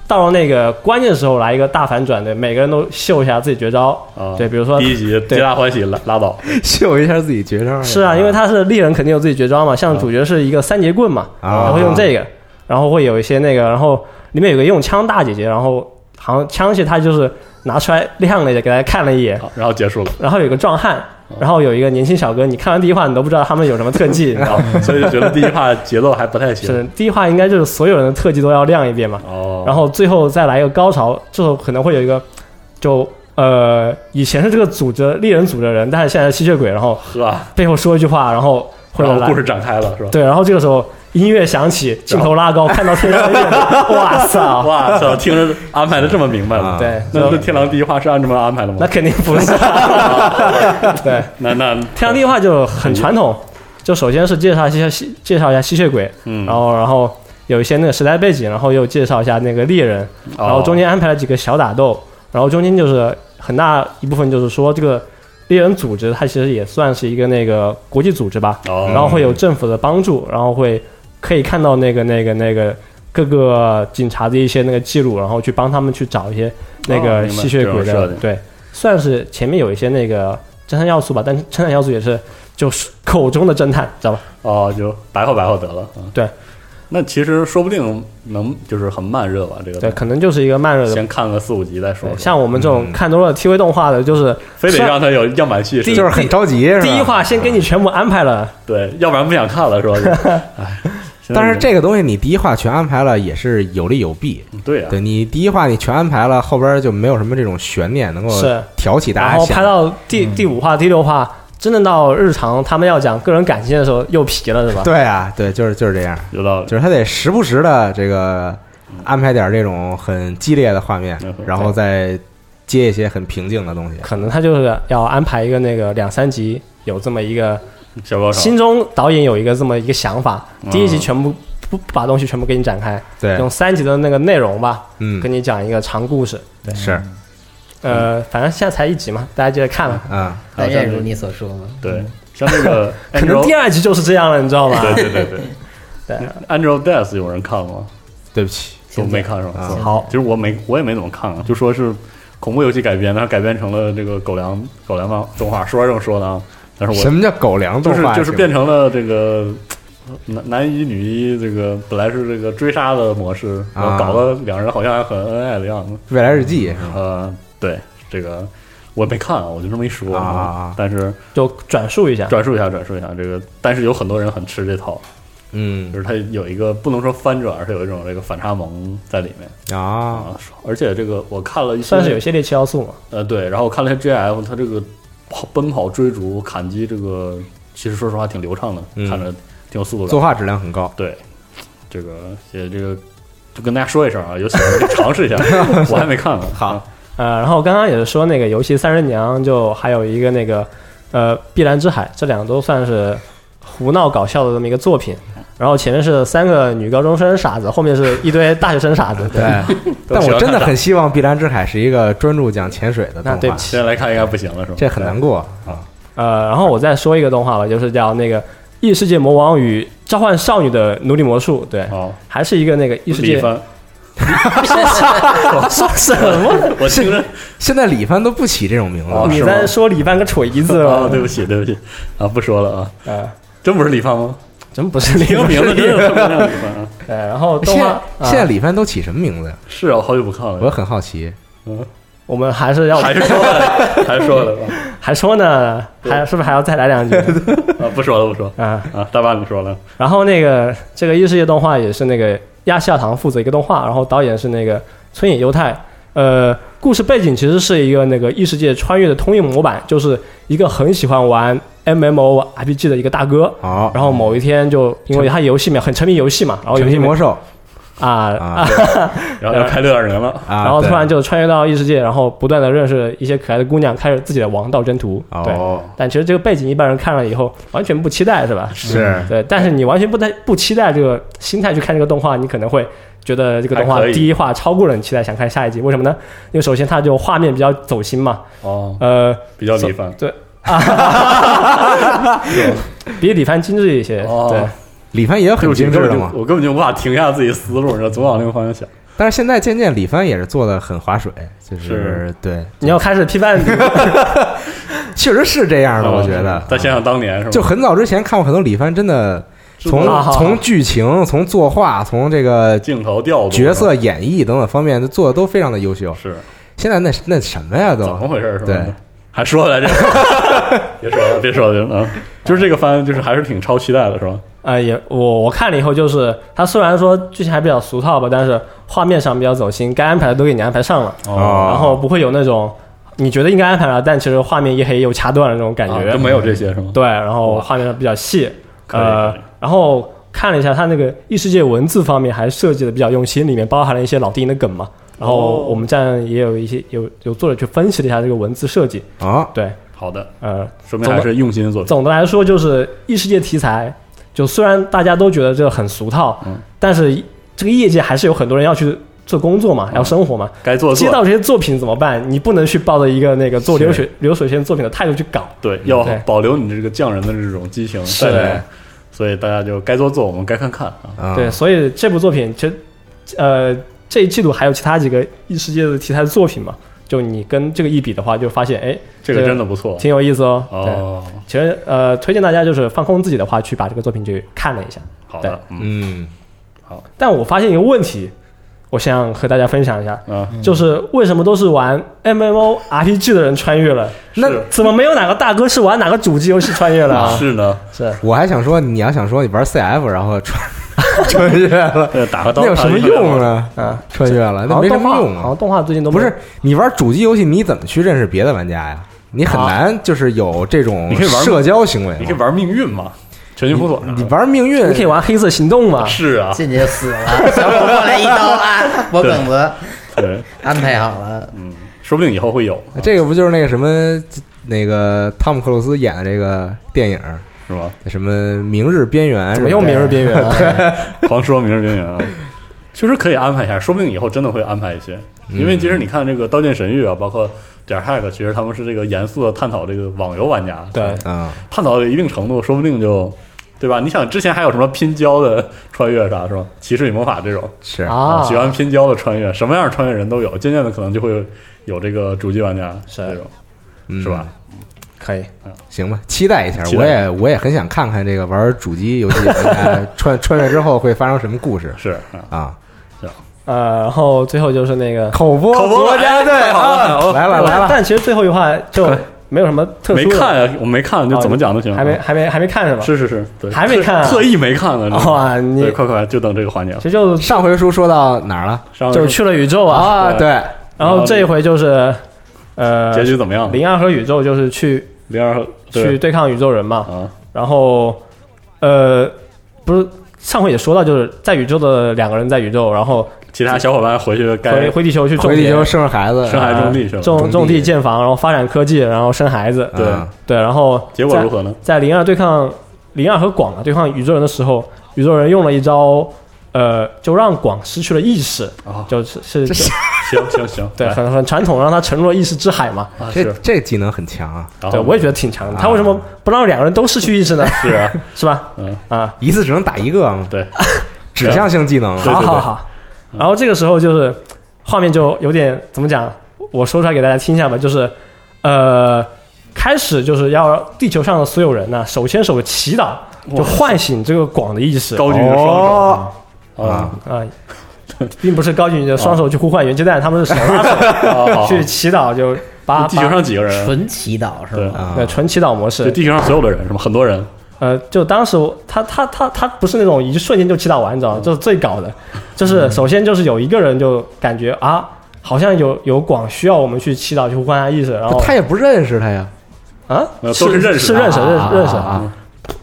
Speaker 2: 到了那个关键时候来一个大反转，对，每个人都秀一下自己绝招，
Speaker 3: 啊，
Speaker 2: 对，比如说
Speaker 3: 第一集皆大欢喜拉拉倒，
Speaker 1: 秀一下自己绝招。
Speaker 2: 是啊，因为他是猎人，肯定有自己绝招嘛，像
Speaker 3: 啊
Speaker 2: 主角是一个三节棍嘛，
Speaker 1: 啊
Speaker 2: 然后用这个，然后会有一些那个，然后里面有个用枪大姐姐，然后好像枪械她就是拿出来亮了一下，给大家看了一眼，
Speaker 3: 好然后结 束了。
Speaker 2: 然后有个壮汉，
Speaker 3: 哦
Speaker 2: 然后有一个年轻小哥，你看完第一话你都不知道他们有什么特技，你 知道吗
Speaker 3: 啊，所以就觉得第一话节奏还不太行
Speaker 2: 是，第一话应该就是所有人的特技都要亮一遍嘛，
Speaker 3: 哦，
Speaker 2: 然后最后再来一个高潮，最后可能会有一个，就呃以前是这个组织猎人组织的人，但是现在是吸血鬼，然后
Speaker 3: 呵，啊
Speaker 2: 背后说一句话，然后或者
Speaker 3: 然后
Speaker 2: 来
Speaker 3: 哦故事展开了是吧？
Speaker 2: 对，然后这个时候音乐响起，镜头拉高，看到天上的月亮， 哇塞！
Speaker 3: 哇操！听着安排的这么明白
Speaker 1: 啊
Speaker 3: 了，
Speaker 2: 对，
Speaker 3: 那那天狼第一话是按这么安排的吗
Speaker 2: 那？肯定 不是。对，
Speaker 3: 那那
Speaker 2: 天上地话就很传统，就首先是介绍一下吸介绍一下吸血鬼，
Speaker 3: 嗯
Speaker 2: 然后然后有一些那个时代背景，然后又介绍一下那个猎人，
Speaker 3: 哦
Speaker 2: 然后中间安排了几个小打斗，然后中间就是很大一部分就是说这个猎人组织它其实也算是一个那个国际组织吧，
Speaker 3: 哦
Speaker 2: 然后会有政府的帮助，然后会可以看到那个那个那个各个警察的一些那个记录，然后去帮他们去找一些那
Speaker 3: 哦
Speaker 2: 个
Speaker 3: 明白
Speaker 2: 吸血鬼的、
Speaker 3: 这种设定
Speaker 2: 对，算是前面有一些那个侦探要素吧，但是侦探要素也是就是口中的侦探，知道吧？
Speaker 3: 哦，就白话白话得了。嗯
Speaker 2: 对，
Speaker 3: 那其实说不定能就是很慢热吧，这个
Speaker 2: 对，可能就是一个慢热的。
Speaker 3: 先看个四五集再说
Speaker 2: 对，。像我们这种看多了 TV 动画的，就是
Speaker 3: 非得让他有样板戏
Speaker 1: 就是是
Speaker 3: 吧，
Speaker 1: 很着急，是吧
Speaker 2: 第一话先给你全部安排了，
Speaker 3: 对，要不然不想看了是吧？ 哎，现在
Speaker 1: 但是这个东西你第一话全安排了也是有利有弊。
Speaker 3: 嗯对呀，
Speaker 1: 对你第一话你全安排了，后边就没有什么这种悬念能够
Speaker 2: 是
Speaker 1: 挑起大
Speaker 2: 然
Speaker 1: 家
Speaker 2: 后
Speaker 1: 想嗯
Speaker 2: 拍到第第五话、第六话，真正到日常他们要讲个人感情的时候又皮了，是吧？
Speaker 1: 对啊，对，就是就是这样，
Speaker 3: 有道理。
Speaker 1: 就是他得时不时的这个安排点这种很激烈的画面
Speaker 3: 没错，
Speaker 1: 然后再接一些很平静的东西。
Speaker 2: 可能他就是要安排一个那个两三集有这么一个，
Speaker 3: 小高潮
Speaker 2: 心中导演有一个这么一个想法，
Speaker 3: 嗯
Speaker 2: 第一集全部不不把东西全部给你展开，
Speaker 1: 对，
Speaker 2: 用三集的那个内容吧，
Speaker 1: 嗯
Speaker 2: 跟，你讲一个长故事。对，
Speaker 1: 是，
Speaker 2: 呃，反正现在才一集嘛，大家接着看吧。
Speaker 1: 嗯，
Speaker 3: 好
Speaker 4: 但
Speaker 3: 像
Speaker 4: 正如
Speaker 3: 是
Speaker 4: 你所说，
Speaker 3: 对，像这个
Speaker 1: 哎
Speaker 2: 可能
Speaker 3: Angel-
Speaker 2: 第二集就是这样了，你知道吗？
Speaker 3: 对对对对
Speaker 2: 对
Speaker 3: Angel Death 有人看吗？
Speaker 1: 对不起，
Speaker 3: 我没看是吧？
Speaker 1: 啊
Speaker 3: 是吧
Speaker 2: 好
Speaker 3: 其实我没我也没怎么看啊，就说是恐怖游戏改编，它改编成了这个狗粮狗粮漫动画，说是这么说的啊，但是
Speaker 1: 什
Speaker 3: 我
Speaker 1: 么叫狗粮
Speaker 3: 就
Speaker 1: 动
Speaker 3: 是
Speaker 1: 画？
Speaker 3: 就是变成了这个呃男男一女一，这个本来是这个追杀的模式，然后
Speaker 1: 啊嗯
Speaker 3: 搞得两人好像还很恩爱的样子。
Speaker 1: 未来日记是吗？
Speaker 3: 呃，对这个我没看啊，我就这么一说
Speaker 1: 啊啊啊
Speaker 3: 但是
Speaker 2: 就转述一下。
Speaker 3: 转述一下，转述一下这个，但是有很多人很吃这套，
Speaker 1: 嗯
Speaker 3: 就是它有一个不能说翻转，而是有一种这个反差萌在里
Speaker 1: 啊，
Speaker 3: 面啊。而且这个我看了一些
Speaker 2: 算是有一些猎奇要素嘛，
Speaker 3: 呃，对，然后看了一下 GF，他这个跑奔跑、追逐、砍击，这个其实说实话挺流畅的，
Speaker 1: 嗯
Speaker 3: 看着挺有速度感。
Speaker 1: 作画质量很高。
Speaker 3: 对，这个也这个就跟大家说一声啊，有喜欢的可以尝试 一下，我还没看呢。啊
Speaker 1: 好，
Speaker 2: 呃，然后刚刚也是说那个游戏《三人娘》，就还有一个那个呃《碧蓝之海》，这两个都算是胡闹搞笑的这么一个作品。然后前面是三个女高中生傻子，后面是一堆大学生傻子。
Speaker 1: 对，
Speaker 3: 都
Speaker 1: 但
Speaker 3: 喜
Speaker 1: 我
Speaker 3: 欢
Speaker 1: 真的
Speaker 3: 看
Speaker 1: 很希望《碧蓝之海》是一个专注讲潜水的动
Speaker 2: 那
Speaker 1: 画，
Speaker 2: 对不起
Speaker 3: 现在来看应该不行了，是吧？
Speaker 1: 这很难过。
Speaker 2: 呃，然后我再说一个动画吧，就是叫那个《异世界魔王与召唤少女的奴隶魔术》，对，
Speaker 3: 哦，
Speaker 2: 还是一个那个异世
Speaker 3: 李
Speaker 2: 界。
Speaker 3: 帆，
Speaker 2: 说 什么？
Speaker 3: 我听着
Speaker 1: 现在李帆都不起这种名字
Speaker 3: 哦
Speaker 1: 了，
Speaker 2: 你
Speaker 3: 是吗
Speaker 2: 在说李帆个锤子
Speaker 3: 啊，
Speaker 2: 了？
Speaker 3: 对不起，对不起啊，不说了啊，
Speaker 2: 呃，
Speaker 3: 真不是李 帆吗？
Speaker 2: 真不是
Speaker 3: 听
Speaker 2: 那个
Speaker 3: 名字真的特别像李帆啊！
Speaker 2: 对，然后动
Speaker 1: 现
Speaker 2: 画
Speaker 1: 在现在
Speaker 2: 啊
Speaker 1: 李帆都起什么名字呀？
Speaker 3: 是啊，我好久不看
Speaker 1: 我
Speaker 3: 了，
Speaker 1: 很好奇。
Speaker 2: 我们还是要
Speaker 3: 还是说了，还是说了吧
Speaker 2: 还说呢，还是不是还要再来两句
Speaker 3: 啊，不说了，不说了
Speaker 2: 啊？
Speaker 3: 啊，大巴你说了，
Speaker 2: 然后那个这个异世界动画也是那个亚细亚堂负责一个动画，然后导演是那个村野优太。呃，故事背景其实是一个那个异世界穿越的通用模板，就是一个很喜欢玩 MMORPG 的一个大哥。
Speaker 1: 好，
Speaker 2: 然后某一天就因为他游戏嘛，很沉迷游戏嘛，然后游
Speaker 1: 游
Speaker 2: 戏
Speaker 1: 戏
Speaker 2: 里面
Speaker 1: 魔兽
Speaker 2: 啊
Speaker 1: 啊
Speaker 2: 啊，
Speaker 3: 然后
Speaker 1: 呃
Speaker 3: 要开六点零了，
Speaker 1: 啊，
Speaker 2: 然后突然
Speaker 1: 就
Speaker 2: 就穿越到异世界，然后不断的认识一些可爱的姑娘，开始自己的王道征途。对，
Speaker 1: 哦，
Speaker 2: 但其实这个背景一般人看了以后完全不期待，是吧？
Speaker 1: 是
Speaker 2: 对，但是你完全不太不期待这个心态去看这个动画，你可能会觉得这个动画
Speaker 3: 还可以
Speaker 2: 第一话超过了你期待，想看下一集。为什么呢？因为首先它就画面比较走心嘛，
Speaker 3: 哦，
Speaker 2: 呃，
Speaker 3: 比较李帆，
Speaker 2: 对， 比李帆精致一些。
Speaker 3: 哦
Speaker 2: 对，
Speaker 1: 李帆也很
Speaker 3: 我
Speaker 1: 精致
Speaker 3: 根
Speaker 1: 的
Speaker 3: 本就
Speaker 1: 嘛。
Speaker 3: 我根本就无法停下自己思路，你知道，总往那个方向想。
Speaker 1: 但是现在渐渐李帆也是做的很划水，就是对，
Speaker 2: 你 要开始批判
Speaker 1: 确实是这
Speaker 2: 哦
Speaker 1: 样的，我觉得啊
Speaker 3: 嗯。再想想当年是吧？
Speaker 1: 就很早之前看过很多李帆，真的从
Speaker 2: 好好好
Speaker 1: 从剧情、 从作画、从这个
Speaker 3: 镜头调度
Speaker 1: 角色演绎等等方面，做的都非常的优秀。
Speaker 3: 是
Speaker 1: 现在那那什么呀
Speaker 3: 怎
Speaker 1: 都
Speaker 3: 么回事？是吧？
Speaker 1: 对，
Speaker 3: 还说 来着，别说了，别说了，嗯，就是这个番，就是还是挺超期待的，是吧？
Speaker 2: 呃，也我我看了以后，就是它虽然说剧情还比较俗套吧，但是画面上比较走心，该安排的都给你安排上了，
Speaker 1: 哦
Speaker 2: 然后不会有那种你觉得应该安排了，但其实画面一黑又掐断了那种感觉。
Speaker 3: 啊都没有这些是吗？
Speaker 2: 对，然后画面比较细，
Speaker 3: 可以
Speaker 2: 呃
Speaker 3: 可以，
Speaker 2: 然后看了一下它那个异世界文字方面还设计的比较用心，里面包含了一些老电影的梗嘛。然后
Speaker 3: 哦
Speaker 2: 我们站也有一些有有作者去分析了一下这个文字设计，
Speaker 1: 啊，
Speaker 2: 对，
Speaker 3: 好的，
Speaker 2: 呃，
Speaker 3: 说明还是用心做。
Speaker 2: 总的来说就是异世界题材，就虽然大家都觉得这个很俗套，
Speaker 3: 嗯
Speaker 2: 但是这个业界还是有很多人要去做工作嘛，要生活嘛。
Speaker 3: 该嗯做的
Speaker 2: 接
Speaker 3: 做，
Speaker 2: 到这些作品怎么办？你不能去抱着一个那个做流水流水线作品的态度去搞，
Speaker 3: 对，要
Speaker 2: 对
Speaker 3: 保留你这个匠人的这种激情
Speaker 2: 是
Speaker 3: 在里面。所以大家就该做做，我们该看看啊。
Speaker 1: 啊
Speaker 2: 对，所以这部作品其实，呃，这一季度还有其他几个异世界的题材作品嘛，就你跟这个一比的话，就发现哎，
Speaker 3: 这个真的不错
Speaker 2: 挺有意思哦。对，
Speaker 3: 哦。
Speaker 2: 其实呃，推荐大家就是放空自己的话，去把这个作品去看了一下。
Speaker 3: 好的，嗯
Speaker 1: 嗯，
Speaker 2: 但我发现一个问题，我想和大家分享一
Speaker 1: 嗯
Speaker 2: 下，
Speaker 3: 啊，
Speaker 2: 就是为什么都是玩 MMORPG 的人穿越了？
Speaker 1: 那
Speaker 3: 是
Speaker 2: 怎么没有哪个大哥是玩哪个主机游戏穿越了啊？
Speaker 3: 是呢，
Speaker 2: 是，
Speaker 1: 我还想说，你要想说你玩 CF 然后穿 穿越了，
Speaker 3: 呃打个刀
Speaker 1: 那有什么用？啊呢？
Speaker 2: 嗯，
Speaker 1: 穿越了那
Speaker 2: 好
Speaker 1: 没
Speaker 2: 像
Speaker 1: 什
Speaker 2: 动
Speaker 1: 么
Speaker 2: 画
Speaker 1: 用
Speaker 2: 好
Speaker 1: 啊
Speaker 2: 像！动画最近都
Speaker 1: 不
Speaker 2: 没有
Speaker 1: 是你玩主机游戏，你怎么去认识别的玩家呀？你很难就是有这种
Speaker 3: 你可以玩
Speaker 1: 社交行为嘛。
Speaker 3: 你可以玩命运嘛，全军覆锁呢
Speaker 1: 你玩命运，
Speaker 2: 你可以玩黑色行动嘛？
Speaker 3: 是啊，
Speaker 4: 进去死了，小伙过来一刀啊，我梗子
Speaker 3: 对，
Speaker 4: 安排好了，
Speaker 3: 嗯，说不定以后会有，
Speaker 1: 这个不就是那个什么那个汤姆克鲁斯演的这个电影
Speaker 3: 是吧？
Speaker 1: 什么《明日边缘》？
Speaker 2: 怎么又
Speaker 1: 是吧
Speaker 2: 明日边缘了？
Speaker 3: 狂说《明日边缘》啊，确实可以安排一下，说不定以后真的会安排一些。
Speaker 1: 嗯
Speaker 3: 因为其实你看这个《刀剑神域》啊，包括点儿 hack，其实他们是这个严肃的探讨这个网游玩家，
Speaker 2: 对，
Speaker 1: 啊？
Speaker 3: 探讨到一定程度，说不定就，对吧？你想之前还有什么拼胶的穿越啥是吧？骑士与魔法这种
Speaker 1: 是
Speaker 2: 啊，
Speaker 3: 喜欢拼胶的穿越，什么样的穿越人都有，渐渐的可能就会有这个主机玩家
Speaker 2: 是
Speaker 3: 这种，
Speaker 1: 嗯
Speaker 3: 是吧？
Speaker 2: 可以，
Speaker 1: 行吧，期待一下。
Speaker 3: 期待
Speaker 1: 我也我也很想看看这个玩主机 游戏的玩家穿穿越之后会发生什么故事
Speaker 3: 是啊，
Speaker 1: 啊！
Speaker 2: 呃，然后最后就是那个
Speaker 1: 口播
Speaker 3: 口播
Speaker 1: 国家队
Speaker 3: 哎好了好
Speaker 1: 啊，
Speaker 3: 了
Speaker 1: 来了来了，
Speaker 2: 但其实最后一话就没有什么特
Speaker 3: 没
Speaker 2: 殊的，哦
Speaker 3: 看啊，我没看，就怎么讲都行，啊
Speaker 2: 还没还没还没看是吧？
Speaker 3: 是是是，对，
Speaker 2: 还没看啊
Speaker 3: 特特意没看呢，这
Speaker 2: 哇，你
Speaker 3: 对，快快，就等这个环节了
Speaker 2: 其。实就
Speaker 1: 上回书说到哪儿了
Speaker 3: 上
Speaker 2: 就是去了宇宙啊，
Speaker 1: 啊？对，
Speaker 2: 然后这一回就是呃，
Speaker 3: 结局怎么样？
Speaker 2: 零二和宇宙就是去
Speaker 3: 零二
Speaker 2: 去对抗宇宙人嘛，
Speaker 3: 啊，
Speaker 2: 然后呃，不是上回也说到，就是在宇宙的两个人在宇宙，然后
Speaker 3: 其他小伙伴回去
Speaker 2: 回
Speaker 3: 该
Speaker 2: 回地球去种
Speaker 1: 回地
Speaker 2: 田啊
Speaker 1: 球生孩子，
Speaker 3: 生孩子种地
Speaker 2: 种
Speaker 3: 去了
Speaker 1: 种地
Speaker 2: 种地建房，然后发展科技，然后生孩子，
Speaker 3: 对
Speaker 1: 啊
Speaker 2: 对，然后
Speaker 3: 结果
Speaker 2: 在
Speaker 3: 如何呢？
Speaker 2: 在零二对抗零二和广啊对抗宇宙人的时候，宇宙人用了一招，呃，就让广失去了意识，
Speaker 3: 啊，
Speaker 2: 就是是
Speaker 1: 这是
Speaker 3: 行行行，
Speaker 2: 对，
Speaker 3: 来
Speaker 2: 很很传统，让他沉入了意识之海嘛。
Speaker 3: 啊
Speaker 1: 这
Speaker 3: 是，
Speaker 1: 这技能很强啊，
Speaker 3: 然后
Speaker 2: 对，我也觉得挺强的。他
Speaker 1: 啊
Speaker 2: 为什么不让两个人都失去意 识呢？
Speaker 3: 是 啊，
Speaker 2: 是吧？
Speaker 3: 嗯，
Speaker 2: 啊，
Speaker 1: 一次只能打一个嘛，
Speaker 3: 对，
Speaker 1: 指向性技能啊
Speaker 3: 对嗯
Speaker 2: 好好好。然后这个时候就是画面就有点怎么讲？我说出来给大家听一下吧，就是呃，开始就是要地球上的所有人呢、手牵手祈祷，就唤醒这个广的意识。
Speaker 3: 高举着双
Speaker 1: 哦
Speaker 3: 手啊
Speaker 1: 啊，
Speaker 2: 啊，并不是高举你的双手去呼唤原鸡蛋，他们是手 拉手
Speaker 3: 啊
Speaker 2: 去祈祷，就把
Speaker 3: 地球上几个人啊？
Speaker 4: 纯祈祷是
Speaker 3: 对
Speaker 4: 吗？
Speaker 2: 把对
Speaker 1: 啊！
Speaker 2: 纯祈祷模
Speaker 3: 就
Speaker 2: 式。
Speaker 3: 地球上所有的人是吗？很多人
Speaker 2: 呃，就当时我他他他他不是那种一瞬间就祈祷完，你知
Speaker 3: 嗯
Speaker 2: 道吗？这是最搞的，就是首先就是有一个人就感觉啊，好像有有广需要我们去祈祷去呼唤他意识，然后
Speaker 1: 他也不认识他呀，
Speaker 2: 啊
Speaker 3: 没呃有都是认识
Speaker 2: 是
Speaker 3: 的
Speaker 2: 认识
Speaker 1: 啊
Speaker 2: 认
Speaker 1: 啊
Speaker 2: 认识
Speaker 1: 啊啊
Speaker 3: 嗯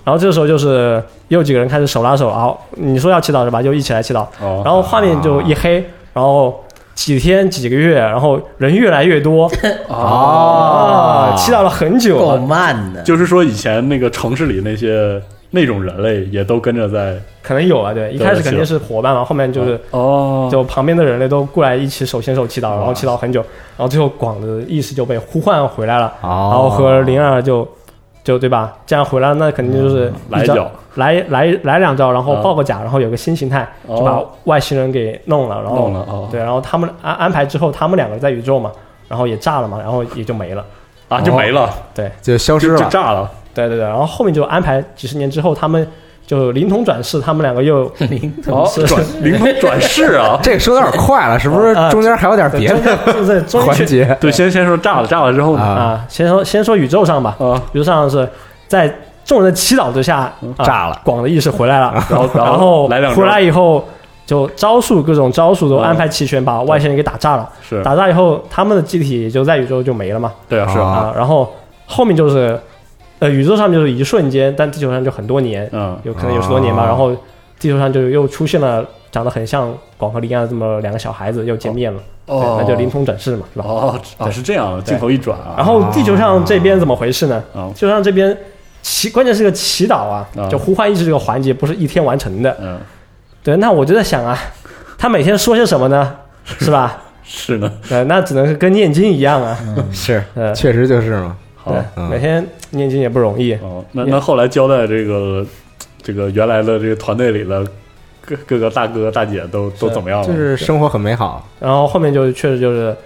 Speaker 2: 然后这时候就是又几个人开始手拉手啊，你说要祈祷是吧？就一起来祈祷。
Speaker 3: 哦，
Speaker 2: 然后画面就一黑，然后几天几个月，然后人越来越多
Speaker 3: 哦
Speaker 2: 啊，祈祷了很久
Speaker 4: 够
Speaker 2: 啊，
Speaker 4: 慢的，
Speaker 3: 就是说以前那个城市里那些那种人类也都跟着在
Speaker 2: 可能有啊，对，一开始肯定是伙伴嘛，后面就是
Speaker 3: 哦
Speaker 2: 就旁边的人类都过来一起手牵手祈祷，然后
Speaker 3: 哇
Speaker 2: 祈祷很久，然后最后广的意识就被呼唤回来了，然后
Speaker 1: 哦
Speaker 2: 和灵儿就就对吧，这样回来那肯定就是
Speaker 3: 嗯来一
Speaker 2: 招
Speaker 3: 脚
Speaker 2: 来来来两招，然后
Speaker 3: 啊
Speaker 2: 报个假，然后有个新形态，就把
Speaker 3: 哦
Speaker 2: 外星人给弄了，然后
Speaker 3: 弄了哦
Speaker 2: 对，然后他们安安排之后，他们两个在宇宙嘛，然后也炸了嘛，然后也就没了。
Speaker 3: 啊
Speaker 2: 哦
Speaker 3: 就没了，
Speaker 2: 对
Speaker 1: 就消失
Speaker 3: 就就
Speaker 1: 了，，
Speaker 3: 炸了，
Speaker 2: 对对对，然后后面就安排几十年之后，他们就灵童转世，他们两个又
Speaker 4: 灵
Speaker 3: 哦
Speaker 2: 是
Speaker 3: 转灵魂转世啊
Speaker 1: 这个说的有点快了，是不
Speaker 3: 哦
Speaker 1: 是
Speaker 2: 啊
Speaker 1: 中间还有点
Speaker 2: 对
Speaker 1: 别
Speaker 2: 中
Speaker 1: 的
Speaker 2: 间对对 中
Speaker 1: 环
Speaker 2: 间去
Speaker 1: 节
Speaker 3: 对，先先说炸了，炸了之后呢？
Speaker 1: 啊？
Speaker 2: 啊，先说先说宇宙上吧，
Speaker 3: 啊，
Speaker 2: 宇宙上是在众人的祈祷之下、
Speaker 3: 嗯
Speaker 2: 啊
Speaker 1: 炸了，
Speaker 2: 广的意识回来了，
Speaker 3: 啊然后
Speaker 2: 然后
Speaker 3: 来两
Speaker 2: 回来
Speaker 3: 招
Speaker 2: 以后就招数各种招数都
Speaker 3: 嗯
Speaker 2: 安排齐全，把外星人给打炸了。
Speaker 3: 是
Speaker 2: 打炸以后，他们的机体也就在宇宙就没了嘛。
Speaker 3: 对啊是啊
Speaker 1: 啊
Speaker 2: 啊，然后后面就是，呃，宇宙上面就是一瞬间，但地球上就很多年，
Speaker 3: 嗯
Speaker 2: 有可能有十多年吧。
Speaker 1: 哦
Speaker 2: 然后地球上就又出现了长得很像广和林安的这么两个小孩子又见面了，对那就灵童转世嘛，是吧？
Speaker 3: 哦哦是这样的，
Speaker 2: 对
Speaker 3: 镜头一转啊，
Speaker 2: 然后地球上这边怎么回事呢？
Speaker 3: 哦
Speaker 2: 地球上这边祈，关键是个祈祷啊
Speaker 3: 啊，
Speaker 2: 就呼唤意识这个环节不是一天完成的。
Speaker 3: 嗯
Speaker 2: 对，那我就在想啊，他每天说些什么呢？是吧？
Speaker 3: 是呢，
Speaker 2: 对，那只能是跟念经一样啊。
Speaker 1: 是，
Speaker 2: 呃，
Speaker 1: 确实就是嘛。
Speaker 3: 好
Speaker 2: 对，
Speaker 1: 嗯
Speaker 2: 每天念经也不容易。
Speaker 3: 哦，那那后来交代这个这个原来的这个团队里的各各个大哥大姐都都
Speaker 2: 是
Speaker 3: 怎么样了？
Speaker 1: 就是生活很美好，
Speaker 2: 然后后面就确实就是，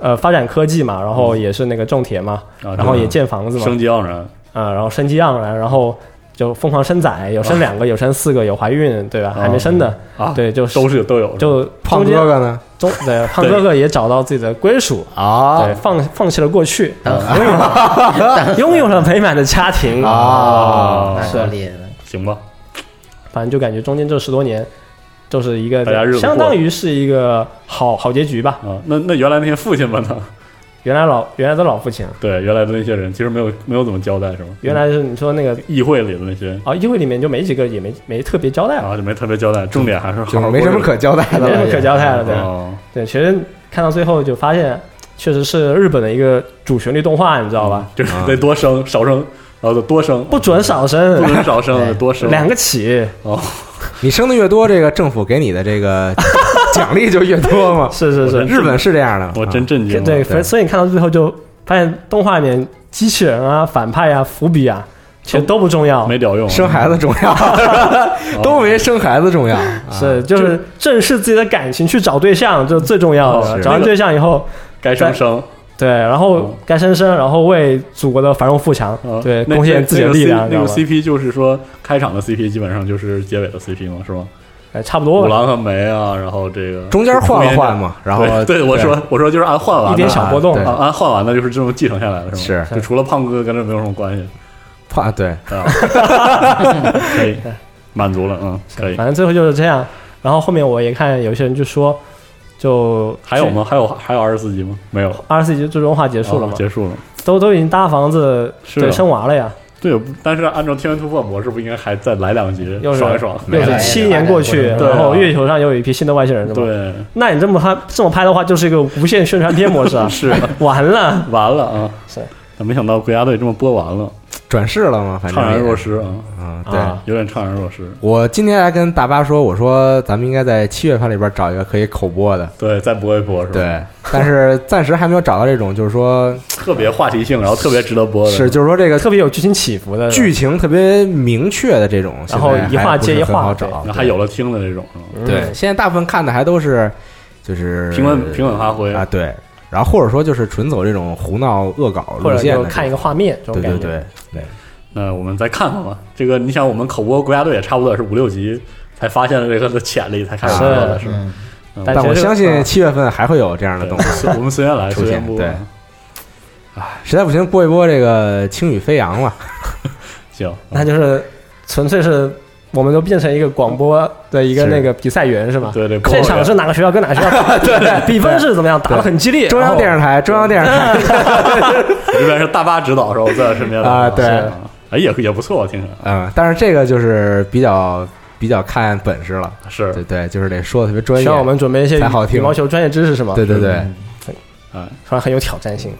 Speaker 2: 呃，发展科技嘛，然后也是那个种田嘛，
Speaker 3: 啊，
Speaker 2: 然后
Speaker 3: 这
Speaker 2: 也
Speaker 3: 个
Speaker 2: 建房子嘛，
Speaker 3: 生机盎然，
Speaker 2: 啊、然后生机盎然，然后就疯狂生崽，有生两个，有生四个，有怀孕，对吧？还没生的
Speaker 3: 啊
Speaker 2: 对，就是
Speaker 3: 都是都有
Speaker 2: 就
Speaker 1: 胖
Speaker 2: 中间
Speaker 1: 哥哥呢？
Speaker 2: 中 对胖哥哥也找到自己的归属，
Speaker 3: 哦
Speaker 1: 啊
Speaker 2: 对，放放弃了过去，
Speaker 4: 啊
Speaker 2: 拥有 了拥有了美满的家庭，
Speaker 1: 啊，
Speaker 3: 啊，
Speaker 4: 太
Speaker 2: 是
Speaker 4: 恶劣了，
Speaker 3: 行吧，
Speaker 2: 反正就感觉中间这十多年。就是一个
Speaker 3: 大家日子
Speaker 2: 相
Speaker 3: 过
Speaker 2: 当于是一个好好结局吧。
Speaker 3: 啊，那那原来那些父亲们呢？
Speaker 2: 原来老原来的老父亲，
Speaker 3: 对，原来的那些人其实没有没有怎么交代是吗？
Speaker 2: 原来是你说那个
Speaker 3: 议会里的那些
Speaker 2: 啊，议会里面就没几个，也没没特别交代
Speaker 3: 然
Speaker 2: 了，
Speaker 3: 后就没特别交代，重 点还是
Speaker 1: 就
Speaker 3: 好
Speaker 1: 是
Speaker 3: 好
Speaker 1: 没什么可交代的
Speaker 2: 没
Speaker 1: 了，
Speaker 2: 什么可交代了，
Speaker 3: 过日子
Speaker 2: 对
Speaker 3: 哦，
Speaker 2: 对。其实看到最后就发现，确实是日本的一个主旋律动画，你知道吧？
Speaker 3: 就是
Speaker 1: 啊
Speaker 3: 得多生少生，然后得多生，
Speaker 2: 不准少
Speaker 3: 不
Speaker 2: 生，
Speaker 3: 能少生，
Speaker 4: 对
Speaker 3: 得多生
Speaker 2: 两个起，
Speaker 3: 哦，
Speaker 1: 你生的越多，这个政府给你的这个奖励就越多嘛。
Speaker 2: 是是是，
Speaker 1: 日本是这样的，
Speaker 3: 我真
Speaker 1: 啊
Speaker 3: 震惊了，
Speaker 2: 对。
Speaker 1: 对
Speaker 2: 所以看到最后就发现，动画里面机器人啊、反派啊、伏笔啊，其实都不重要，
Speaker 3: 没屌用，啊
Speaker 1: 生孩子重要，都没生孩子重要，啊
Speaker 2: 是就是正视自己的感情，去找对象，这是最重要
Speaker 3: 哦
Speaker 2: 的。
Speaker 3: 是
Speaker 2: 找完对象以后，
Speaker 3: 该生生，
Speaker 2: 对，然后
Speaker 3: 嗯
Speaker 2: 该生生，然后为祖国的繁荣富强
Speaker 3: 啊，
Speaker 2: 对，
Speaker 3: 那
Speaker 2: 贡献自己的力量，
Speaker 3: 那个 C-
Speaker 2: 知
Speaker 3: 那个
Speaker 2: 道吧
Speaker 3: CP 就是说，开场的 CP 基本上就是结尾的 CP 嘛，是吗？
Speaker 2: 哎，差不多
Speaker 3: 五
Speaker 2: 吧，
Speaker 3: 郎和梅啊，然后这个
Speaker 1: 中间换了换嘛，然后
Speaker 3: 对对，我说我说就是按换完的
Speaker 2: 一点小波动
Speaker 1: 对
Speaker 3: 啊，按换完的就是这么继承下来的是吗？
Speaker 1: 是
Speaker 3: 就除了胖哥跟这没有什么关系，
Speaker 1: 怕对，
Speaker 3: 啊，可以满足了，嗯，可以。
Speaker 2: 反正最后就是这样。然后后面我也看有些人就说，就
Speaker 3: 还有？吗？还有还有二十四集吗？没有，
Speaker 2: 二十四集最终化结
Speaker 3: 结
Speaker 2: 束了嘛？
Speaker 3: 结束了。
Speaker 2: 都都已经搭房子
Speaker 3: 是
Speaker 2: 对
Speaker 3: 啊
Speaker 2: 生娃了呀，
Speaker 3: 对，但是按照天元突破模式，不应该还再来两集
Speaker 2: 又是
Speaker 3: 爽一爽？
Speaker 1: 没
Speaker 2: 又
Speaker 1: 了
Speaker 2: 是七年过去，
Speaker 3: 对啊
Speaker 2: 然后月球上又有一批新的外星人，是吧？
Speaker 3: 对，！
Speaker 2: 那你这么拍这么拍的话，就是一个无限 宣传片模式啊
Speaker 3: 是
Speaker 2: 完了，
Speaker 3: 完了啊！
Speaker 2: 是
Speaker 3: 但没想到国家队这么播完了，
Speaker 1: 转世了嘛，反正
Speaker 3: 怅然
Speaker 1: 也
Speaker 3: 若失啊，
Speaker 1: 嗯，对。
Speaker 3: 啊，有点怅然若失。
Speaker 1: 我今天还跟大巴说，我说咱们应该在七月份里边找一个可以口播的，
Speaker 3: 对，再播一播是吧？，
Speaker 1: 对，但是暂时还没有找到这种，就是说，
Speaker 3: 特别话题性，然后特别值得播的。
Speaker 1: 是就是说这个
Speaker 2: 特别有剧情起伏的
Speaker 1: 剧情特别明确的这种，
Speaker 2: 然后一话接一
Speaker 1: 现在还不是
Speaker 2: 话
Speaker 1: 很好找，
Speaker 3: 那还有了听的那种啊是吧？
Speaker 2: 嗯
Speaker 1: 对，现在大部分看的还都是就是
Speaker 3: 平稳平稳发挥
Speaker 1: 啊，对，然后或者说就是纯走这种胡闹恶搞
Speaker 2: 或
Speaker 1: 路
Speaker 2: 者
Speaker 1: 线
Speaker 2: 就
Speaker 1: 的，
Speaker 2: 看一个画面这种
Speaker 1: 对
Speaker 2: 感
Speaker 1: 对
Speaker 2: 觉。
Speaker 1: 对，
Speaker 3: 那我们再看看吧。这个你想，我们口播国家队也差不多也是五六集才发现了这个的潜力，才开始
Speaker 2: 是
Speaker 3: 播的是吧。
Speaker 4: 嗯，
Speaker 3: 嗯
Speaker 2: 但
Speaker 1: 但我
Speaker 2: 其实
Speaker 1: 相
Speaker 2: 啊
Speaker 1: 信七月份还会有这样的
Speaker 3: 对
Speaker 1: 动画，
Speaker 3: 我们随缘来，
Speaker 1: 出
Speaker 3: 随
Speaker 1: 现
Speaker 3: 缘播。啊
Speaker 1: 对实在不行播一播这个《轻雨飞扬》吧，
Speaker 3: 行，
Speaker 2: 那就是纯粹是我们都变成一个广播的一个
Speaker 1: 是
Speaker 2: 那个比赛员是吗？
Speaker 3: 对对，
Speaker 2: 这场是
Speaker 3: 是
Speaker 2: 哪个学校跟哪个学校 打？对，比分是怎么样？打得很激烈。
Speaker 1: 中央电视台，中央电视台，
Speaker 3: 这边是大巴指导是吧？我在我身边的
Speaker 1: 啊对
Speaker 3: 是哎也也不错，我听着
Speaker 1: 嗯，但是这个就是比较比较看本事了，
Speaker 3: 是
Speaker 1: 对对，就是得说的特别专
Speaker 2: 需
Speaker 1: 业，
Speaker 2: 要我们嗯准备一些
Speaker 1: 才好听
Speaker 2: 羽毛球专业知识是吗？
Speaker 1: 对对对，
Speaker 3: 啊。
Speaker 2: 突然很有挑战性。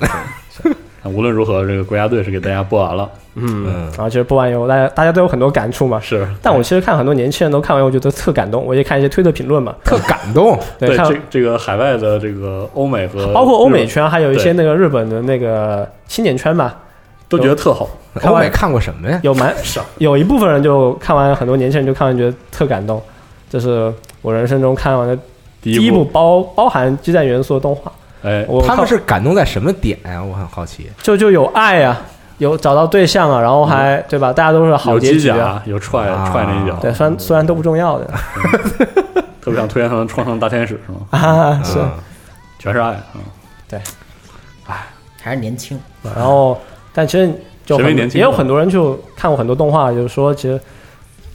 Speaker 3: 那无论如何，这个国家队是给大家播完了，
Speaker 2: 嗯
Speaker 1: 嗯，
Speaker 2: 然后其实播完以后，大家大家都有很多感触嘛。
Speaker 3: 是。
Speaker 2: 但我其实看很多年轻人都看完，我觉得特感动。我也看一些推特评论嘛，
Speaker 1: 特感动，
Speaker 3: 对
Speaker 2: 看
Speaker 3: 这这个海外的这个欧美和
Speaker 2: 包括欧美
Speaker 3: 日
Speaker 2: 圈，还有一些那
Speaker 3: 对
Speaker 2: 个日本的那个青年圈吧，
Speaker 3: 本都觉得特好，
Speaker 2: 看
Speaker 1: 欧
Speaker 2: 完
Speaker 1: 美看过什么呀？
Speaker 2: 有蛮
Speaker 3: 是
Speaker 2: 有一部分人就看完，很多年轻人就看完觉得特感动，这是我人生中看完的
Speaker 3: 啊第
Speaker 2: 第一部
Speaker 3: 部，
Speaker 2: 包包含激战元素的动画。
Speaker 3: 哎，
Speaker 2: 我
Speaker 1: 他
Speaker 2: 看
Speaker 1: 们是感动在什么点呀？我很好奇。
Speaker 2: 就就有爱啊，有找到对象啊，然后还、对吧？大家都是好
Speaker 3: 有
Speaker 2: 结
Speaker 3: 机
Speaker 2: 局啊。
Speaker 3: 甲，有踹
Speaker 1: 啊
Speaker 3: 踹那一脚，
Speaker 2: 对，虽然虽然都不重要的
Speaker 3: 特别想推荐他们《创伤大天使》是吗？
Speaker 2: 啊，是。
Speaker 1: 嗯
Speaker 3: 全是爱啊！
Speaker 4: 还是 年轻，
Speaker 2: 然后，但其实就
Speaker 3: 谁没
Speaker 2: 很
Speaker 3: 年轻
Speaker 2: 也有
Speaker 3: 过
Speaker 2: 很多人就看过很多动画，就是说其实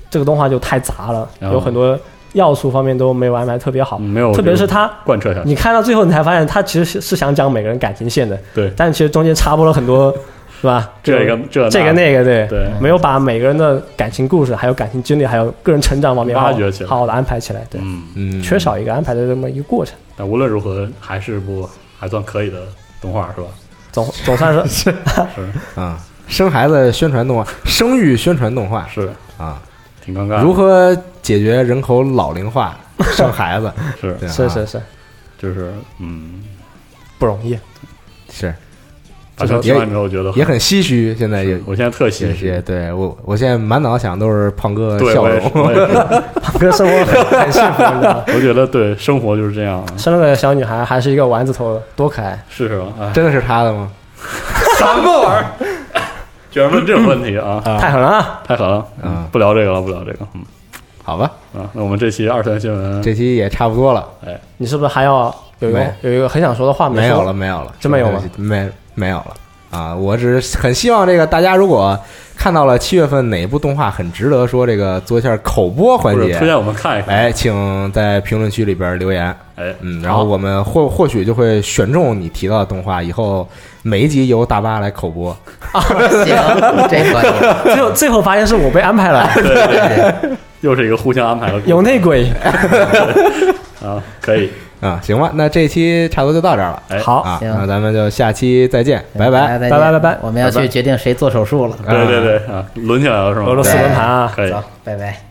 Speaker 2: 这个动画就太杂了，
Speaker 3: 嗯
Speaker 2: 有很多要素方面都没有安排特别好
Speaker 3: 嗯，没有
Speaker 2: 特别是
Speaker 3: 这个
Speaker 2: 他。
Speaker 3: 贯彻下去，
Speaker 2: 你看到最后，你才发现他其实是是想讲每个人感情线的，
Speaker 3: 对
Speaker 2: 但其实中间插播了很多，是吧？
Speaker 3: 这个这
Speaker 2: 这个那个，对，
Speaker 3: 对
Speaker 2: 没有把每个人的感情故事、还有感情经历、还有个人成长方面
Speaker 3: 挖掘起来
Speaker 2: 好好的安排起来，对，
Speaker 3: 嗯，
Speaker 1: 嗯，
Speaker 2: 缺少一个安排的这么一个过程，
Speaker 3: 但无论如何还是部还算可以的动画是吧？
Speaker 2: 总总算是
Speaker 1: 啊。生孩子宣传动画，生育宣传动画
Speaker 3: 是
Speaker 1: 啊，
Speaker 3: 挺尴尬的，
Speaker 1: 如何解决人口老龄 化？生孩子，
Speaker 3: 是
Speaker 1: 对啊
Speaker 2: 是是是
Speaker 3: 就是嗯，
Speaker 2: 不容易，
Speaker 1: 是，
Speaker 3: 反
Speaker 1: 就
Speaker 3: 正
Speaker 1: 是也
Speaker 3: 听完之后觉得
Speaker 1: 也很唏嘘。现在也
Speaker 3: 我现在特
Speaker 1: 这
Speaker 3: 唏
Speaker 1: 些，
Speaker 3: 嘘，
Speaker 1: 对我，我现在满脑子想都是胖哥
Speaker 3: 对，
Speaker 1: 笑
Speaker 3: 我也是，我
Speaker 1: 容。
Speaker 3: 也是，
Speaker 2: 哥生活很很幸福，你知道吗？
Speaker 3: 我觉得对生活就是这样啊，
Speaker 2: 生了个小女孩，还是一个丸子头，多可爱！
Speaker 3: 是吧？ 哎，
Speaker 1: 真的是他的吗？
Speaker 3: 什么玩意儿？居然问这种问题啊！
Speaker 2: 太狠了啊！
Speaker 3: 太狠了，
Speaker 1: 嗯
Speaker 3: 不聊这个了，不聊这个，嗯
Speaker 1: 好吧，
Speaker 3: 啊，那我们这期二次元新闻
Speaker 1: 这期也差不多了，
Speaker 2: 你是不是还要有一个
Speaker 1: 没
Speaker 2: 有一个很想说的话
Speaker 1: 没
Speaker 2: 说
Speaker 1: 有了，？没有了，
Speaker 2: 真没有吗？
Speaker 1: 没没有了啊！我只是很希望这个大家，如果看到了七月份哪部动画很值得说这个做一下口播
Speaker 3: 或
Speaker 1: 环
Speaker 3: 者
Speaker 1: 节，
Speaker 3: 推荐我们看一看，
Speaker 1: 啊哎，请在评论区里边留言，
Speaker 3: 哎，
Speaker 1: 嗯，然后我们或或许就会选中你提到的动画，以后每一集由大巴来口播，
Speaker 4: 行，这可以，
Speaker 2: 最后最后发现是我被安排了，
Speaker 3: 对对对，又是一个互相安排的故事，
Speaker 2: 有内鬼。
Speaker 3: 啊，可以，
Speaker 1: 啊、行吧，那这一期差不多就到这儿了，
Speaker 3: 哎，，
Speaker 2: 好，
Speaker 1: 啊，
Speaker 4: 行
Speaker 1: 那咱们就下期再见，拜拜，
Speaker 4: 拜
Speaker 2: 拜拜拜拜
Speaker 4: 我们要去决定谁做手术了，
Speaker 3: 对对对啊，轮起来了是吗？
Speaker 2: 俄罗斯轮盘啊，
Speaker 3: 可以，
Speaker 4: 走，拜拜。